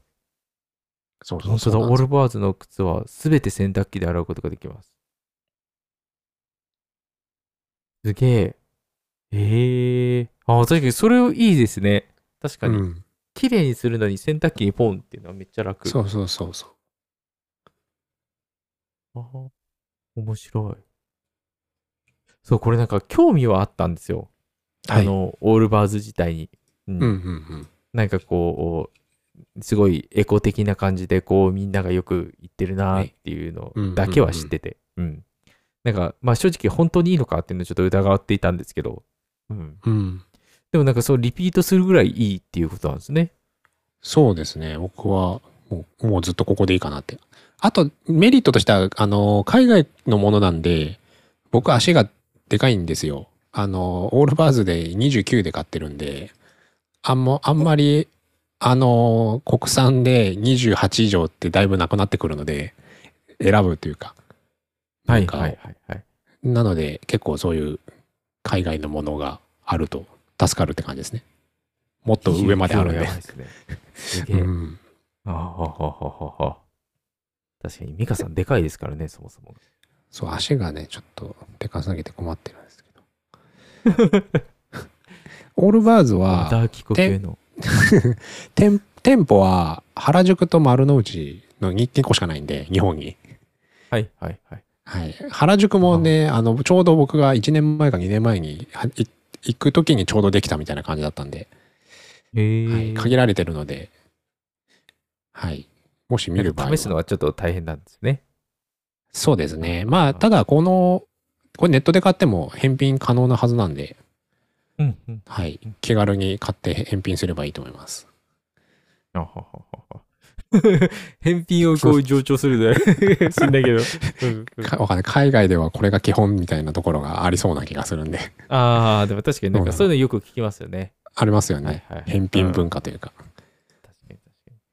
Speaker 2: そうそう
Speaker 1: 本
Speaker 2: そ
Speaker 1: 当
Speaker 2: う
Speaker 1: だ、
Speaker 2: なん
Speaker 1: オー
Speaker 2: です
Speaker 1: ルバーズの靴は全て洗濯機で洗うことができます。すげえ。ええあ、確かにそれいいですね。確かに。
Speaker 2: うん
Speaker 1: 綺麗にするのに洗濯機にポンっていうのはめっちゃ楽。
Speaker 2: そうそうそうそ
Speaker 1: あ
Speaker 2: う。
Speaker 1: ー面白い。そう、これなんか興味はあったんですよ。
Speaker 2: はい
Speaker 1: あの、オールバーズ自体に。
Speaker 2: うんうん
Speaker 1: なんかこう、すごいエコ的な感じで、こう、みんながよく言ってるなっていうのだけは知ってて、うん。なんか、まあ正直本当にいいのかっていうのをちょっと疑っていたんですけど、うん。
Speaker 2: うん。うん。
Speaker 1: でもなんかそう、リピートするぐらいいいっていうことなんですね。
Speaker 2: そうですね。僕はもう、もうずっとここでいいかなって。あと、メリットとしては、あの、海外のものなんで、僕足がでかいんですよ。あの、オールバーズで29で買ってるんで、あんま、あんまり、あの、国産で28以上ってだいぶなくなってくるので、選ぶというか。なんか
Speaker 1: はいはいはい。
Speaker 2: なので、結構そういう海外のものがあると助かるって感じですね。もっと上まであるん
Speaker 1: や
Speaker 2: で
Speaker 1: ばい。ですね。すげ
Speaker 2: う
Speaker 1: え。
Speaker 2: ん、
Speaker 1: あははははは。確かに、ミカさんでかいですからね、そもそも。
Speaker 2: そう、足がね、ちょっと手数投げて困ってるんですけど。 オールバーズ
Speaker 1: ま
Speaker 2: は、
Speaker 1: た帰国への。
Speaker 2: テン店舗は原宿と丸の内の2個しかないんで、日本に。
Speaker 1: はいはいはい。
Speaker 2: はい。原宿もね、あの、ちょうど僕が1年前か2年前にはい行く時にちょうどできたみたいな感じだったんで、
Speaker 1: へ
Speaker 2: はい、
Speaker 1: ー
Speaker 2: 限られてるので、はい。もし見る場合は
Speaker 1: 試すのはちょっと大変なんですね。
Speaker 2: そうですね。まあ、ただ、この、これネットで買っても返品可能なはずなんで、
Speaker 1: うんうん。
Speaker 2: はい。気軽に買って返品すればいいと思います。
Speaker 1: あはははは返品をこう上長するの は死んだけど。うんうん
Speaker 2: かわかんない。海外ではこれが基本みたいなところがありそうな気がするんで、
Speaker 1: ああ、でも確かになんかそういうのよく聞きますよね。
Speaker 2: ありますよ
Speaker 1: はい
Speaker 2: ね。
Speaker 1: はい。
Speaker 2: 返品
Speaker 1: うん
Speaker 2: 文化というか。
Speaker 1: 確かに確か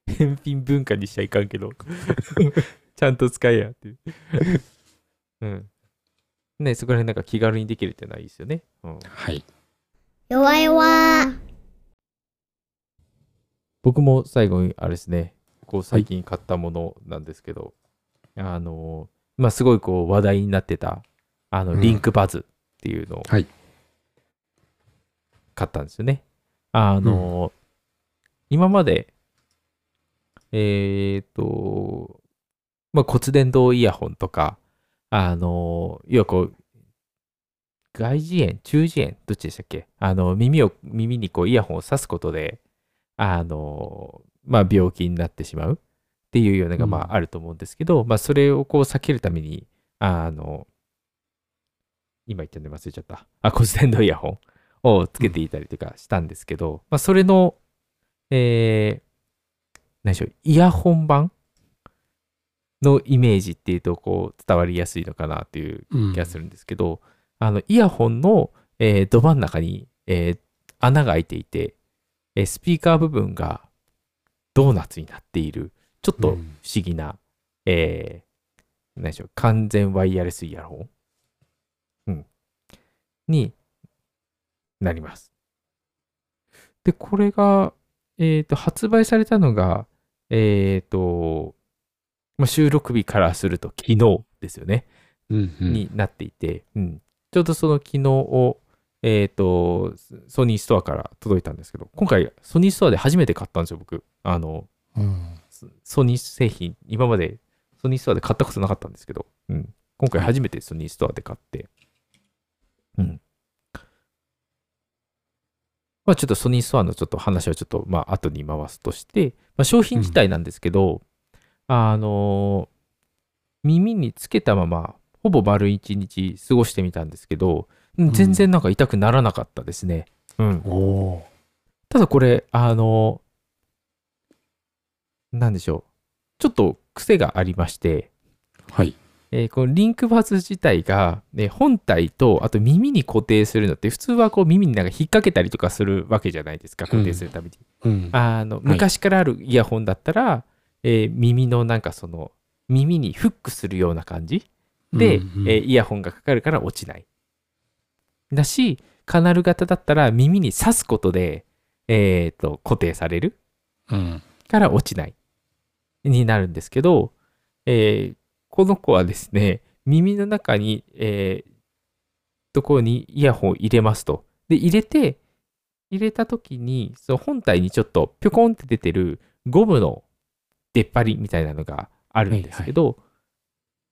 Speaker 1: に。返品文化にしちゃいかんけど。 ちゃんと使えや っていう。うん。ねそこら辺なんか気軽にできるってのはいいですよね。うん、
Speaker 2: はい。
Speaker 4: 弱々
Speaker 1: 僕も最後にあれですね、こう最近買ったものなんですけど、あの、まあ、すごいこう話題になってた、あ
Speaker 2: う
Speaker 1: の、
Speaker 2: ん
Speaker 1: リンクバズっていうのを
Speaker 2: はい
Speaker 1: 買ったんですよね。あの、今まで、えっ、と、まあ、骨伝導イヤホンとか、あの、要はこう、外耳炎、中耳炎、どっちでしたっけあの、耳を、耳にこうイヤホンを刺すことで、あの、まあ、病気になってしまうっていうようなのが、
Speaker 2: うん
Speaker 1: まあ、あると思うんですけど、まあ、それをこう避けるために、あの、今言ったの忘れちゃった。あ、骨伝導イヤホンをつけていたりとかしたんですけど、まあ、それの、えー、何でしょう、イヤホン版のイメージっていうと、こう、伝わりやすいのかなっていう
Speaker 2: うん
Speaker 1: 気がするんですけど、あのイヤホンの、えーど真ん中に、えー穴が開いていて、えースピーカー部分がドーナツになっている、ちょっと不
Speaker 2: う
Speaker 1: 思
Speaker 2: ん
Speaker 1: 議な、えー何でしょう、完全ワイヤレスイヤホン、うん、になります。で、これが、えーと、発売されたのが、えっ、と、まあ、収録日からすると昨日ですよね。
Speaker 2: うんうん
Speaker 1: になっていて、うんちょうどその昨日を、えー、とソニーストアから届いたんですけど今回ソニーストアで初めて買ったんですよ僕あの
Speaker 2: うん
Speaker 1: ソソニー製品今までソニーストアで買ったことなかったんですけど、うん今回初めてソニーストアで買って、うんまあ、ちょっとソニーストアのちょっと話をちょっとまあ後に回すとして、まあ、商品自体なんですけど、あの耳につけたままほぼ丸一日過ごしてみたんですけどうん全然なんか痛くならなかったですね。うん、
Speaker 2: おー
Speaker 1: ただこれ、あの、なんでしょう。ちょっと癖がありまして、
Speaker 2: はい。
Speaker 1: えーこのリンクバズ自体が、ね、本体とあと耳に固定するのって普通はこう耳になんか引っ掛けたりとかするわけじゃないですか固定するために、
Speaker 2: うん
Speaker 1: あの昔からあるイヤホンだったら、えー耳のなんかその耳にフックするような感じで、
Speaker 2: うんうん
Speaker 1: えーイヤホンがかかるから落ちない。だしカナル型だったら耳に刺すことで、えー、と固定される
Speaker 2: うん
Speaker 1: から落ちないになるんですけど、えーこの子はですね耳の中に、えーところにイヤホンを入れますとで入れて入れた時にその本体にちょっとピョコンって出てるゴムの出っ張りみたいなのがあるんですけど、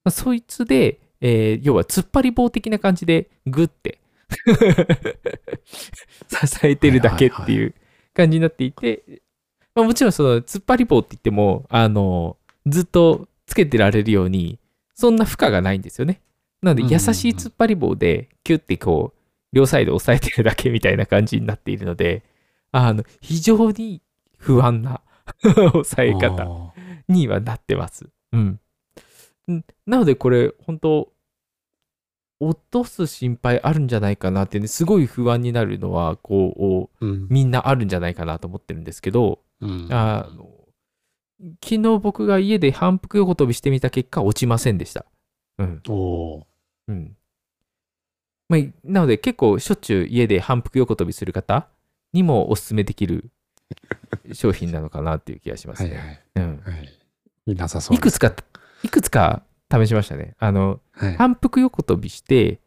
Speaker 1: まあそいつで、えー要は突っ張り棒的な感じでグッて 支えてるだけっていう感じになっていて、まあ、もちろんその突っ張り棒って言ってもあのずっとつけてられるようにそんな負荷がないんですよねなので
Speaker 2: うんうんうん
Speaker 1: 優しい突っ張り棒でキュッてこう両サイド押さえてるだけみたいな感じになっているのであの非常に不安な 押さえ方
Speaker 2: あー
Speaker 1: にはなってます。うん。んなのでこれ本当落とす心配あるんじゃないかなってねすごい不安になるのはこう
Speaker 2: うん
Speaker 1: みんなあるんじゃないかなと思ってるんですけど、
Speaker 2: うん
Speaker 1: あの昨日僕が家で反復横跳びしてみた結果落ちませんでした。うん。
Speaker 2: おー
Speaker 1: うん。まあ、なので結構しょっちゅう家で反復横跳びする方にもおすすめできる商品なのかなっていう気がします
Speaker 2: はい
Speaker 1: ね。
Speaker 2: はい
Speaker 1: うん。
Speaker 2: はい。なさそう
Speaker 1: い
Speaker 2: で
Speaker 1: く
Speaker 2: す。
Speaker 1: つか、いくつか試しましたね。あの、
Speaker 2: はい。
Speaker 1: 反復横跳びして、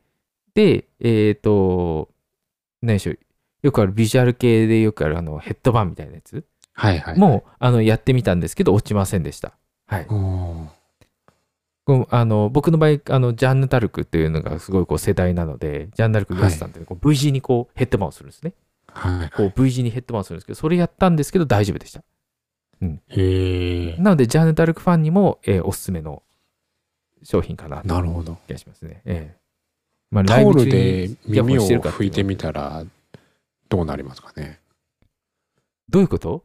Speaker 1: で、えっ、と、何でしょう、よくあるビジュアル系でよくあるあのヘッドバンみたいなやつ
Speaker 2: はいはい。
Speaker 1: もうあのやってみたんですけど、落ちませんでした。はい。
Speaker 2: おー
Speaker 1: こうあの僕の場合あのジャンヌ・タルクっていうのがすごいこう世代なのでジャンヌ・タルク・ガスさんってこう V 字にこうヘッドバンをするんですね、
Speaker 2: はい。
Speaker 1: こう V 字にヘッドバンをするんですけどそれやったんですけど大丈夫でした
Speaker 2: へえ。
Speaker 1: なのでジャンヌ・タルクファンにも、えーおすすめの商品かなと
Speaker 2: なるほど。
Speaker 1: 気がしますね、ええまあ
Speaker 2: タオ
Speaker 1: ライブ
Speaker 2: ル
Speaker 1: 中
Speaker 2: で
Speaker 1: にイヤホ
Speaker 2: 耳
Speaker 1: ン
Speaker 2: を
Speaker 1: してるか
Speaker 2: 拭いてみたらどうなりますかね。
Speaker 1: どういうこと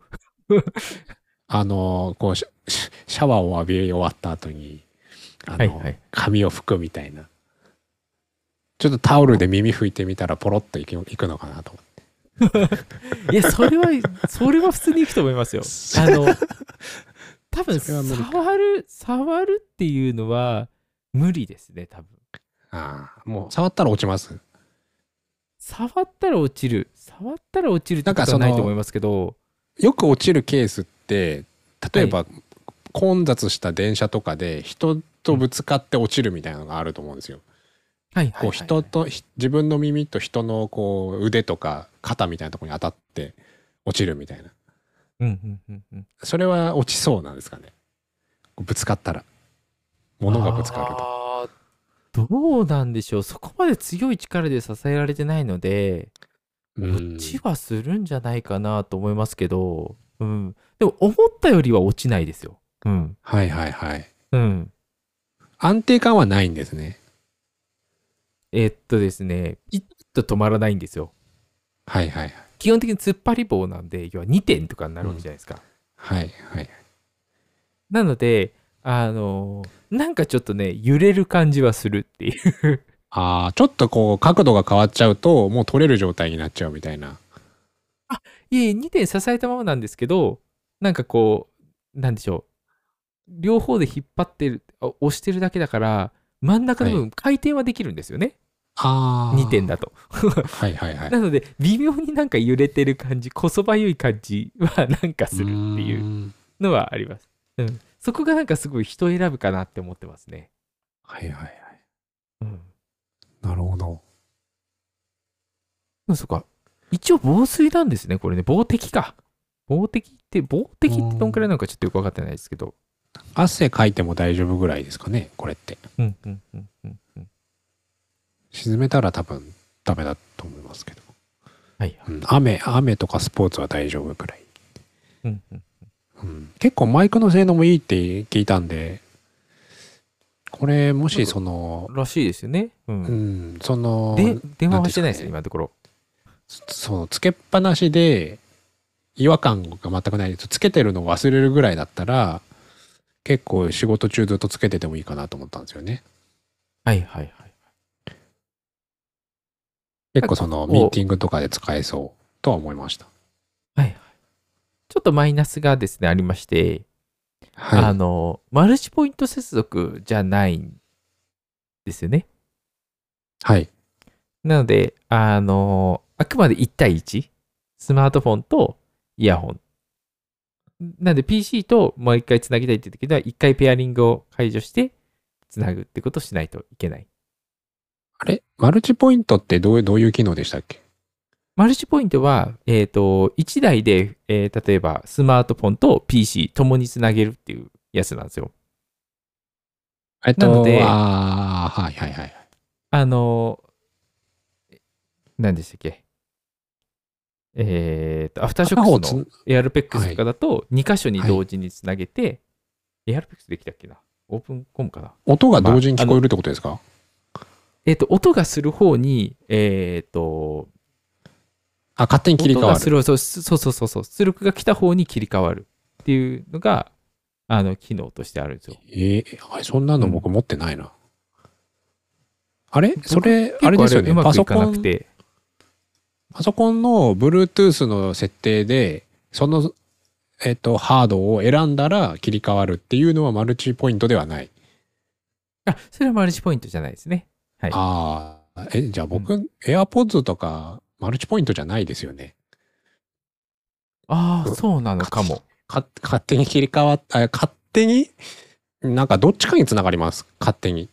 Speaker 2: あの、こうシャ、シシャワーを浴び終わった後に、あの、
Speaker 1: はいはい
Speaker 2: 髪を拭くみたいな。ちょっとタオルで耳拭いてみたらポロッといくいくのかなと思って。
Speaker 1: いやそれはそれは普通にいくと思い ますよあの多分
Speaker 2: それは無理か
Speaker 1: 触る触るっていうのは無理ですね多分
Speaker 2: ああ、もう触ったら落ちます。
Speaker 1: 触ったら落ちる触ったら落ちるって
Speaker 2: なん
Speaker 1: こ
Speaker 2: か
Speaker 1: と
Speaker 2: そ
Speaker 1: は
Speaker 2: の
Speaker 1: ないと思いますけど
Speaker 2: よく落ちるケースって、例えば、混雑した電車とかで人とぶつかって落ちるみたいなのがあると思うんですよ。
Speaker 1: はいはい
Speaker 2: こう
Speaker 1: はい
Speaker 2: 人とひ自分の耳と人のこう腕とか肩みたいなところに当たって落ちるみたいな
Speaker 1: うんうんうんうん
Speaker 2: それは落ちそうなんですかねこうぶつかったら物がぶつかると
Speaker 1: あーどうなんでしょうそこまで強い力で支えられてないので
Speaker 2: うん
Speaker 1: 落ちはするんじゃないかなと思いますけど、うん、でも思ったよりは落ちないですようん
Speaker 2: はいはいはい
Speaker 1: うん
Speaker 2: 安定感はないんですね
Speaker 1: えっとですねピッと止まらないんですよ
Speaker 2: はいはい
Speaker 1: 基本的に突っ張り棒なんで要は2点とかになるわけじゃないですか、
Speaker 2: はいはいはい
Speaker 1: なので、あのーなんかちょっとね、揺れる感じはするっていう。
Speaker 2: あーちょっとこう角度が変わっちゃうともう取れる状態になっちゃうみたいない
Speaker 1: えいえ、2点支えたままなんですけど、なんかこう、なんでしょう。両方で引っ張ってる、あ押してるだけだから、真ん中の部分、回転はできるんですよね。
Speaker 2: あー
Speaker 1: 2点だと。
Speaker 2: はいはいはい
Speaker 1: なので、微妙になんか揺れてる感じ、こそばゆい感じはなんかするっていう
Speaker 2: ー
Speaker 1: うんのはあります。うん。そこがなんかすごい人選ぶかなって思ってますね。
Speaker 2: はいはいはい
Speaker 1: うん。
Speaker 2: なるほど
Speaker 1: そうか。一応防水なんですね、これね。防滴か。防滴って、防滴ってどんくらいなのかちょっとよくわかってないですけど。
Speaker 2: 汗かいても大丈夫ぐらいですかねこれって
Speaker 1: うん、うん、うん、うん。うん
Speaker 2: 沈めたら多分ダメだと思いますけど、
Speaker 1: はい。
Speaker 2: うん、雨雨とかスポーツは大丈夫くらい、
Speaker 1: うん、うん。
Speaker 2: うん、結構マイクの性能もいいって聞いたんでこれもしその
Speaker 1: らしいですよね。う。
Speaker 2: うんんその
Speaker 1: で、電話はしてないですね、
Speaker 2: なんですかね
Speaker 1: 今のところ。
Speaker 2: そのつけっぱなしで違和感が全くないつけてるのを忘れるぐらいだったら結構仕事中ずっとつけててもいいかなと思ったんですよね
Speaker 1: はい、はい、はい。
Speaker 2: 結構そ
Speaker 1: こ
Speaker 2: の
Speaker 1: う
Speaker 2: ミーティングとかで使えそうとは思いました
Speaker 1: はい、はい。ちょっとマイナスがですね、ありまして、あ
Speaker 2: はい
Speaker 1: の、マルチポイント接続じゃないんですよね。
Speaker 2: はい
Speaker 1: なので、あの、あくまで1対1。スマートフォンとイヤホン。なんで PC ともう一回つなぎたいって時には、一回ペアリングを解除して、つなぐってことをしないといけない。
Speaker 2: あれマルチポイントってどういうどういう機能でしたっけ
Speaker 1: マルチポイントは、えっ、と、1台で、えー例えばスマートフォンと PC ともにつなげるっていうやつなんですよ。
Speaker 2: えっと、
Speaker 1: なので
Speaker 2: ああ、はいはいはい。
Speaker 1: あの、何でしたっけえっ、と、アフターショックスの
Speaker 2: 片方つ
Speaker 1: エアロペックスとかだと2箇所に同時につなげて、エアロペックスできたっけなオープンコムかな
Speaker 2: 音が同時に聞こえるってことですか、
Speaker 1: えっ、と、音がする方に、えっ、と、
Speaker 2: あ勝手に切り替
Speaker 1: 音
Speaker 2: わ
Speaker 1: がす
Speaker 2: る。
Speaker 1: るそうそうそうそうそう、出力が来た方に切り替わるっていうのが、あの、機能としてあるんですよ。
Speaker 2: えーあそんなの僕持ってないな。あれそれ、あれで
Speaker 1: 結
Speaker 2: す
Speaker 1: 構
Speaker 2: よ
Speaker 1: う
Speaker 2: ね。
Speaker 1: ま
Speaker 2: パ
Speaker 1: くい
Speaker 2: ソ
Speaker 1: か
Speaker 2: コ
Speaker 1: なく
Speaker 2: ン、
Speaker 1: て。
Speaker 2: パソコンの Bluetooth の設定で、その、えっと、ハードを選んだら切り替わるっていうのはマルチポイントではない。
Speaker 1: あ、それはマルチポイントじゃないですね。はい。
Speaker 2: ああ、え、じゃあ僕、AirPods とかマルチポイントじゃないですよね。
Speaker 1: ああ、そうなのかも。
Speaker 2: か勝手に切り替わっあ勝手になんかどっちかにつながります。勝手に。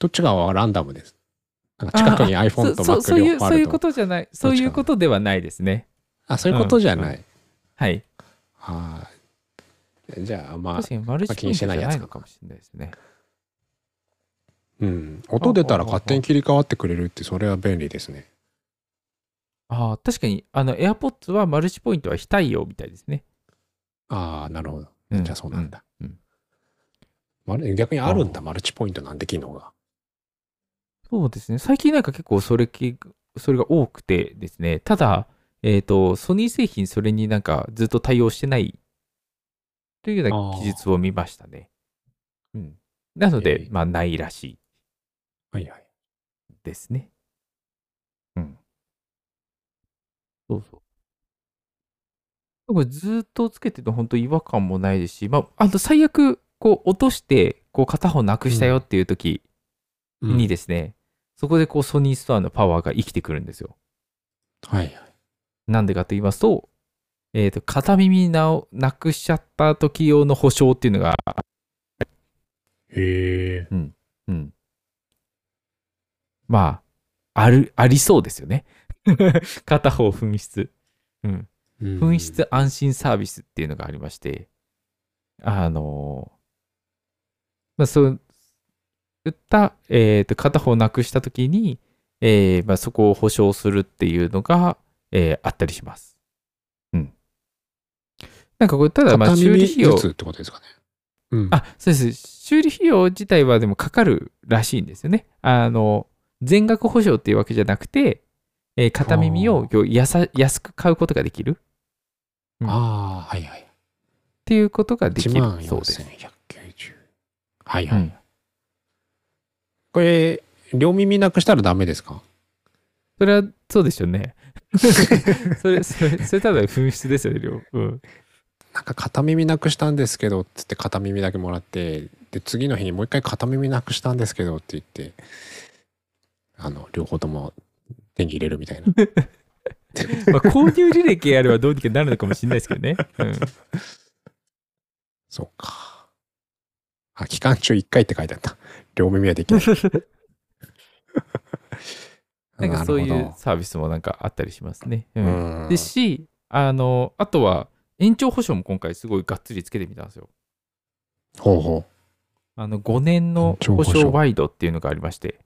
Speaker 2: どっちかはランダムです。なんか近くに
Speaker 1: ああ
Speaker 2: iPhone と
Speaker 1: そうそうそう
Speaker 2: Mac
Speaker 1: い
Speaker 2: 両
Speaker 1: う
Speaker 2: 方あ
Speaker 1: そういう
Speaker 2: る。
Speaker 1: こととじゃない、そういうことではないですね。
Speaker 2: あ、そういうことじゃない。
Speaker 1: はい。
Speaker 2: はい。じゃあまあ
Speaker 1: 確、かにマルチ
Speaker 2: 気にしてないやつか
Speaker 1: のかもしれないですね。
Speaker 2: うん。音出たら勝手に切り替わってくれるって、それは便利ですね。
Speaker 1: ああ、確かに、あの、AirPods はマルチポイントは非対応みたいですね。
Speaker 2: ああ、なるほど。
Speaker 1: ん
Speaker 2: じゃあそうなんだ。
Speaker 1: うんうん
Speaker 2: まる逆にあるんだ、マルチポイントなんて機能が。
Speaker 1: そうですね。最近なんか結構それ系、それが多くてですね。ただ、えっ、と、ソニー製品それになんかずっと対応してないというような記述を見ましたね。うん。なの
Speaker 2: え
Speaker 1: で
Speaker 2: え、
Speaker 1: まあ、ないらしい
Speaker 2: はいはい。
Speaker 1: ですね。うん。そうそう。これずっとつけてると本当違和感もないですし、まあ、あと最悪、こう落として、こう片方なくしたよっていう時
Speaker 2: うん
Speaker 1: にですね、そこでこうソニーストアのパワーが生きてくるんですよ。
Speaker 2: はいはい。
Speaker 1: なんでかと言いますと、えっ、と、片耳なおなくしちゃった時用の保証っていうのが、
Speaker 2: へえ。
Speaker 1: うん。まあ、ある、ありそうですよね。 片方紛失。うん。紛失安心サービスっていうのがありまして、あの、まあ、そう、売った、えーと、片方なくしたときに、えーまあ、そこを保証するっていうのが、えーあったりします。うん。なんかこれ、ただ、まあ、
Speaker 2: 片
Speaker 1: 修
Speaker 2: 耳
Speaker 1: 理費用
Speaker 2: ず、つってことですかね。うん。
Speaker 1: あ、そうです。修理費用自体はでもかかるらしいんですよね。あの、全額保証っていうわけじゃなくて、えー片耳をこうやさ安く買うことができる。
Speaker 2: あー、はいはい。
Speaker 1: っていうことができ
Speaker 2: 1
Speaker 1: る
Speaker 2: 万
Speaker 1: そうです。
Speaker 2: 4190。はいは
Speaker 1: う
Speaker 2: い。
Speaker 1: ん
Speaker 2: これ、両耳なくしたらダメですか
Speaker 1: それはそうですよ ね。それ、それ、それただ紛失ですよね、量。うん。
Speaker 2: なんか片耳なくしたんですけどっつって片耳だけもらってで次の日にもう一回片耳なくしたんですけどって言ってあの両方とも手に入れるみたいな
Speaker 1: まあ、購入履歴あればどうにかなるのかもしれないですけどね。うん。
Speaker 2: そうかあ期間中一回って書いてあった両耳はできない
Speaker 1: なんかそうい
Speaker 2: なる
Speaker 1: う
Speaker 2: ほ
Speaker 1: サービスもなんかあったりしますね。う
Speaker 2: ど
Speaker 1: ん。
Speaker 2: うん
Speaker 1: ですし、あの、あとは延長保証も今回すごいがっつりつけてみたんですよ。
Speaker 2: ほうほ
Speaker 1: あの、5年の
Speaker 2: 延長
Speaker 1: 保
Speaker 2: 保証
Speaker 1: 証ワイドっていうのがありまして、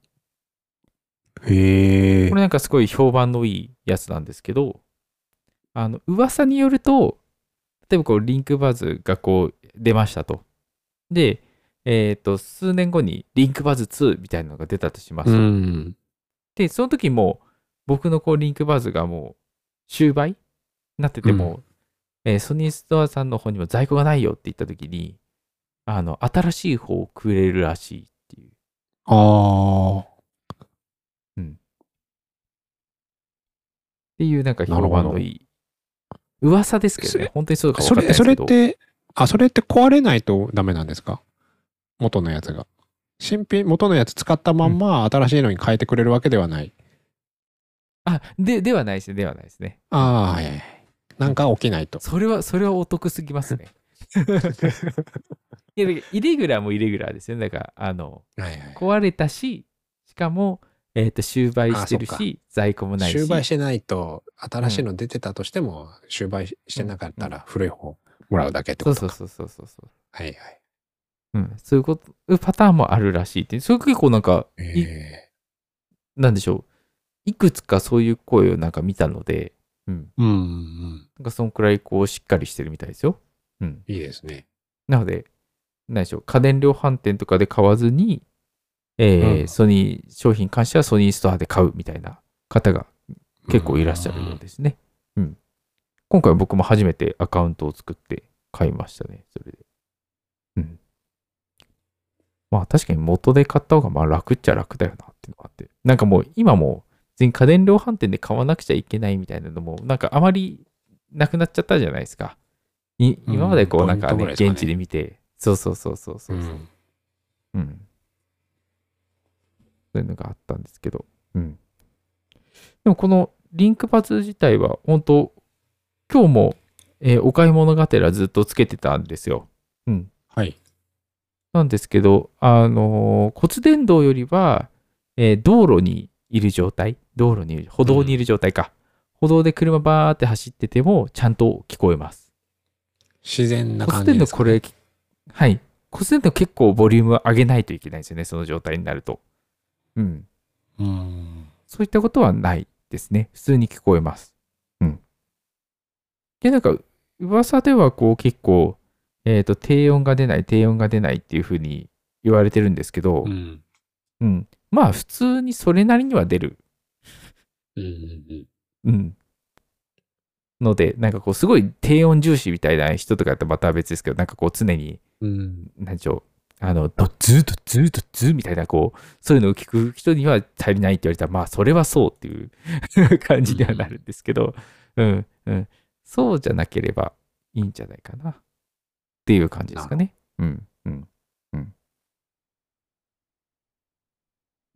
Speaker 2: うへえ
Speaker 1: これなんかすごい評判のいいやつなんですけど、あの、噂によると、例えばこう、リンクバズがこう、出ましたと。で、えっ、と、数年後にリンクバズ2みたいなのが出たとします。
Speaker 2: うん
Speaker 1: で、その時も、僕のこう、リンクバズがもう、終売になってても、えーソニーストアさんの方にも在庫がないよって言った時に、あの、新しい方をくれるらしいっていう。
Speaker 2: ああ
Speaker 1: っていうなんか評判のいい。噂ですけど
Speaker 2: それ
Speaker 1: ね。本当にそうか分
Speaker 2: そ
Speaker 1: かんない
Speaker 2: れ
Speaker 1: です
Speaker 2: そ
Speaker 1: け
Speaker 2: れっ
Speaker 1: ど。
Speaker 2: てあそれって壊れないとダメなんですか元のやつが新品元のやつ使ったまんま新しいのに変えてくれるわけではない、
Speaker 1: あ、で、ではないですね。ではないですね。
Speaker 2: ああはいはいはいなんか起きないと
Speaker 1: それは、それはお得すぎます ね。いや、だからイレギュラーもイレギュラーですよね。だから、あの、
Speaker 2: はいはい
Speaker 1: 壊れたし、しかも、えっ、と、終売してる
Speaker 2: あそ
Speaker 1: し、在庫もないし。
Speaker 2: 終売してないと新しいの出てたとしても終売してなかったら古い方もらうだけって
Speaker 1: そ
Speaker 2: こ
Speaker 1: う
Speaker 2: と
Speaker 1: そう
Speaker 2: か
Speaker 1: そうそうそうそう。
Speaker 2: はいはい
Speaker 1: うん、そういうこと、いうパターンもあるらしいって。それ結構なんか、い
Speaker 2: え
Speaker 1: なんでしょう。いくつかそういう声をなんか見たので、うん。
Speaker 2: ー、うんうん
Speaker 1: なんかそのくらいこう、しっかりしてるみたいですよ。うん。
Speaker 2: いいですね
Speaker 1: なので、何でしょう、家電量販店とかで買わずに、えー
Speaker 2: うん
Speaker 1: ソニー、商品に関してはソニーストアで買うみたいな方が結構いらっしゃるようですね。うん。今回僕も初めてアカウントを作って買いましたね、それで。うん。まあ確かに元で買った方がまあ楽っちゃ楽だよなっていうのがあって。なんかもう今も全然家電量販店で買わなくちゃいけないみたいなのも、なんかあまりなくなっちゃったじゃないですか。い
Speaker 2: うん
Speaker 1: 今までこうなんか
Speaker 2: ポイントぐ
Speaker 1: ね、
Speaker 2: らいですかね
Speaker 1: 現地で見て、そうそうそうそうそうう。
Speaker 2: ん
Speaker 1: うん。そういうのがあったんですけど。うん。でもこのリンクパズ自体は本当今日も、えーお買い物がてらずっとつけてたんですよ。
Speaker 2: はい
Speaker 1: なんですけど、あのー骨伝導よりは、えー道路にいる状態、道路にいる、歩道にいる状態か。歩道で車バーって走ってても、ちゃんと聞こえます。
Speaker 2: 自然な
Speaker 1: 骨
Speaker 2: 感じ
Speaker 1: 伝
Speaker 2: で
Speaker 1: 導
Speaker 2: す
Speaker 1: こ
Speaker 2: か
Speaker 1: れ、はい。骨伝導結構ボリューム上げないといけないんですよね、その状態になると。うん。
Speaker 2: うん
Speaker 1: そういったことはないですね。普通に聞こえます。うん。で、なんか、噂ではこう結構、えっ、と、低音が出ない、低音が出ないっていうふうに言われてるんですけど、う
Speaker 2: う
Speaker 1: ん、
Speaker 2: ん
Speaker 1: まあ、普通にそれなりには出る。
Speaker 2: うんうん
Speaker 1: うん。ので、なんかこう、すごい低音重視みたいな人とかだったらまた別ですけど、なんかこう、常に、
Speaker 2: うん
Speaker 1: なんでしょう、あの、ドズーとズーとズーみたいな、こう、そういうのを聞く人には足りないって言われたら、まあ、それはそうっていう 感じにはなるんですけど、うん、うん。そうじゃなければいいんじゃないかな。っていう感じですかね。うん、うん、うん。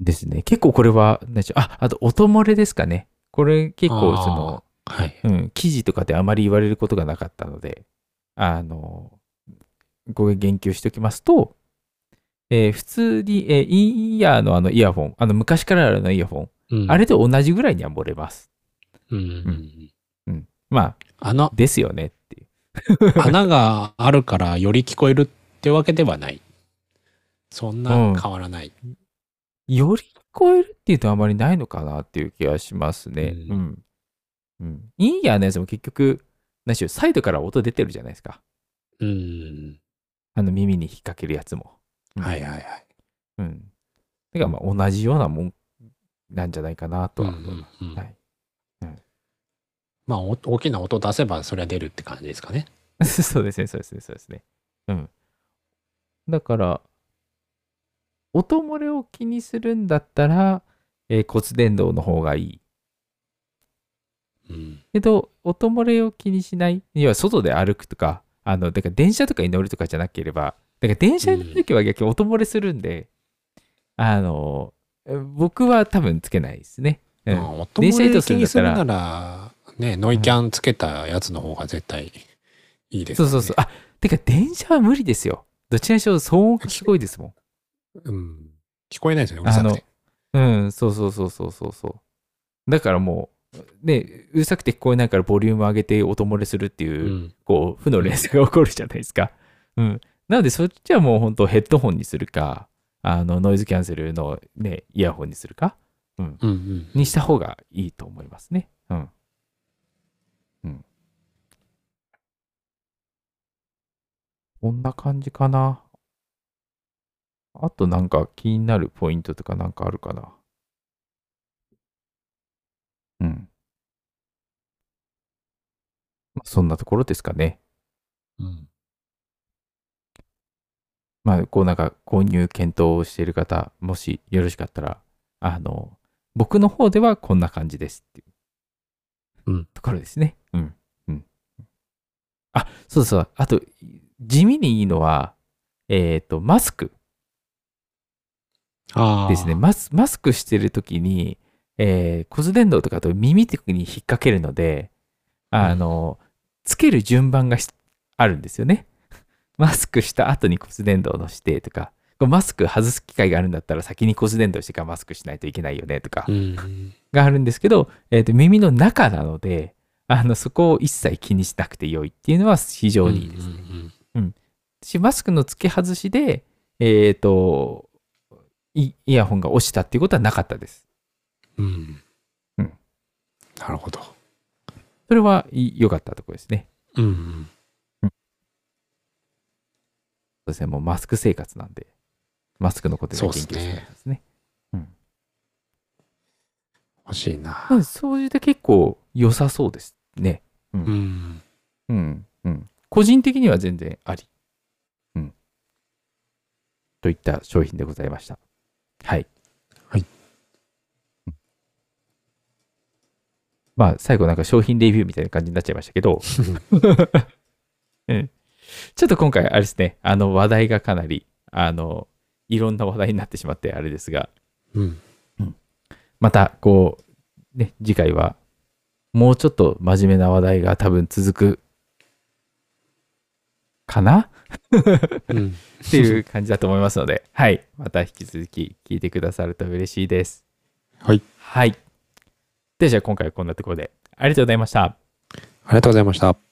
Speaker 1: ですね。結構これは、なんでしょう、あ、あと、音漏れですかね。これ結構、その、
Speaker 2: はい
Speaker 1: うん、記事とかであまり言われることがなかったので、あの、ご言及しておきますと、えー普通に、えーインイヤーのあのイヤホン、あの昔からあるあのイヤホン、
Speaker 2: うん
Speaker 1: あれと同じぐらいには漏れます。
Speaker 2: うん
Speaker 1: うまあ、
Speaker 2: 穴
Speaker 1: ですよねっていう。
Speaker 2: 穴があるからより聞こえるってわけではないそんな変わらない、
Speaker 1: より聞こえるっていうとあまりないのかなっていう気がしますね。
Speaker 2: う
Speaker 1: うんん。うん。インイヤーのやつも結局、何しろサイドから音出てるじゃないですか。
Speaker 2: うん
Speaker 1: あの耳に引っ掛けるやつも。うん
Speaker 2: はいはいはい
Speaker 1: うん。てか、まあ、同じようなもんなんじゃないかなとは。
Speaker 2: うんうんうん
Speaker 1: はい
Speaker 2: まあお大きな音出せばそれは出るって感じですかね
Speaker 1: そうですね、そうですね、そうですね。うん。だから、音漏れを気にするんだったら、えー骨伝導の方がいい。
Speaker 2: うん
Speaker 1: けど、音漏れを気にしない。要は、外で歩くとか、あの、だから電車とかに乗るとかじゃなければ、だから電車に乗るときは逆に音漏れするんで、あの、僕は多分つけないですね。うん
Speaker 2: まあ音
Speaker 1: 電車移
Speaker 2: 漏
Speaker 1: 動
Speaker 2: れ
Speaker 1: す
Speaker 2: 気
Speaker 1: るん
Speaker 2: に
Speaker 1: だっ
Speaker 2: す
Speaker 1: た
Speaker 2: る
Speaker 1: ら
Speaker 2: ならねノイキャンつけたやつの方が絶対いいです
Speaker 1: そ
Speaker 2: よ
Speaker 1: う
Speaker 2: ね、
Speaker 1: そうそう。あ、てか電車は無理ですよ。どちらにしろ騒音がすごいですもん。
Speaker 2: うん聞こえないですよねうる
Speaker 1: あ
Speaker 2: さく
Speaker 1: の
Speaker 2: て、
Speaker 1: うん、そうそうそうそうそうそう。だからもう、ね、うるさくて聞こえないからボリューム上げて音漏れするっていうう、
Speaker 2: ん
Speaker 1: こう、負の連鎖が起こるじゃないですか。うん。なので、そっちはもう本当ヘッドホンにするか、あの、ノイズキャンセルのね、イヤホンにするか、
Speaker 2: うんうん、
Speaker 1: にした方がいいと思いますね。うん。うん。こんな感じかな。あとなんか気になるポイントとかなんかあるかな。うん。まあそんなところですかね。
Speaker 2: うん
Speaker 1: まあ、こうなんか購入検討をしている方、もしよろしかったら、あの、僕の方ではこんな感じですっていう、
Speaker 2: うん
Speaker 1: ところですね。うん。うん。あ、そうそう。あと、地味にいいのは、えっ、と、マスク
Speaker 2: ああ
Speaker 1: ですね。マスマスクしてるときに、えー骨伝導とかと耳とかに引っ掛けるので、あの、つける順番がしあるんですよね。 マスクした後に骨伝導の指定とか、こうマスク外す機会があるんだったら先に骨伝導してからマスクしないといけないよねとか
Speaker 2: うん
Speaker 1: があるんですけど、えーと耳の中なので、あの、そこを一切気にしなくて良いっていうのは非常にいいです。
Speaker 2: うんうんうん
Speaker 1: し、マスクの付け外しで、えっ、と、イイヤホンが落ちたっていうことはなかったです。
Speaker 2: うん。
Speaker 1: うん
Speaker 2: なるほど。
Speaker 1: それはい良かったところですね。
Speaker 2: うん。
Speaker 1: そうですね、もうマスク生活なんで、マスクのことで
Speaker 2: そう
Speaker 1: 研
Speaker 2: っ
Speaker 1: 究
Speaker 2: す
Speaker 1: し
Speaker 2: ね
Speaker 1: てたんですね。
Speaker 2: 欲しい
Speaker 1: な
Speaker 2: な。
Speaker 1: のでそういうで結構良さそうですね。
Speaker 2: うん。
Speaker 1: うん、うん。個人的には全然あり。うん。といった商品でございました。はい。
Speaker 2: はい
Speaker 1: うん。まあ、最後なんか商品レビューみたいな感じになっちゃいましたけ ど、うん、ちょっと今回、あれですね、あの話題がかなり、あの、いろんな話題になってしまって、あれですが、
Speaker 2: うん。
Speaker 1: またこうね次回はもうちょっと真面目な話題が多分続くかな
Speaker 2: うん。
Speaker 1: っていう感じだと思いますので、 はい。また引き続き聞いてくださると嬉しいです。
Speaker 2: はい。
Speaker 1: はい。で、じゃあ今回はこんなところで、ありがとうございました。
Speaker 2: ありがとうございました。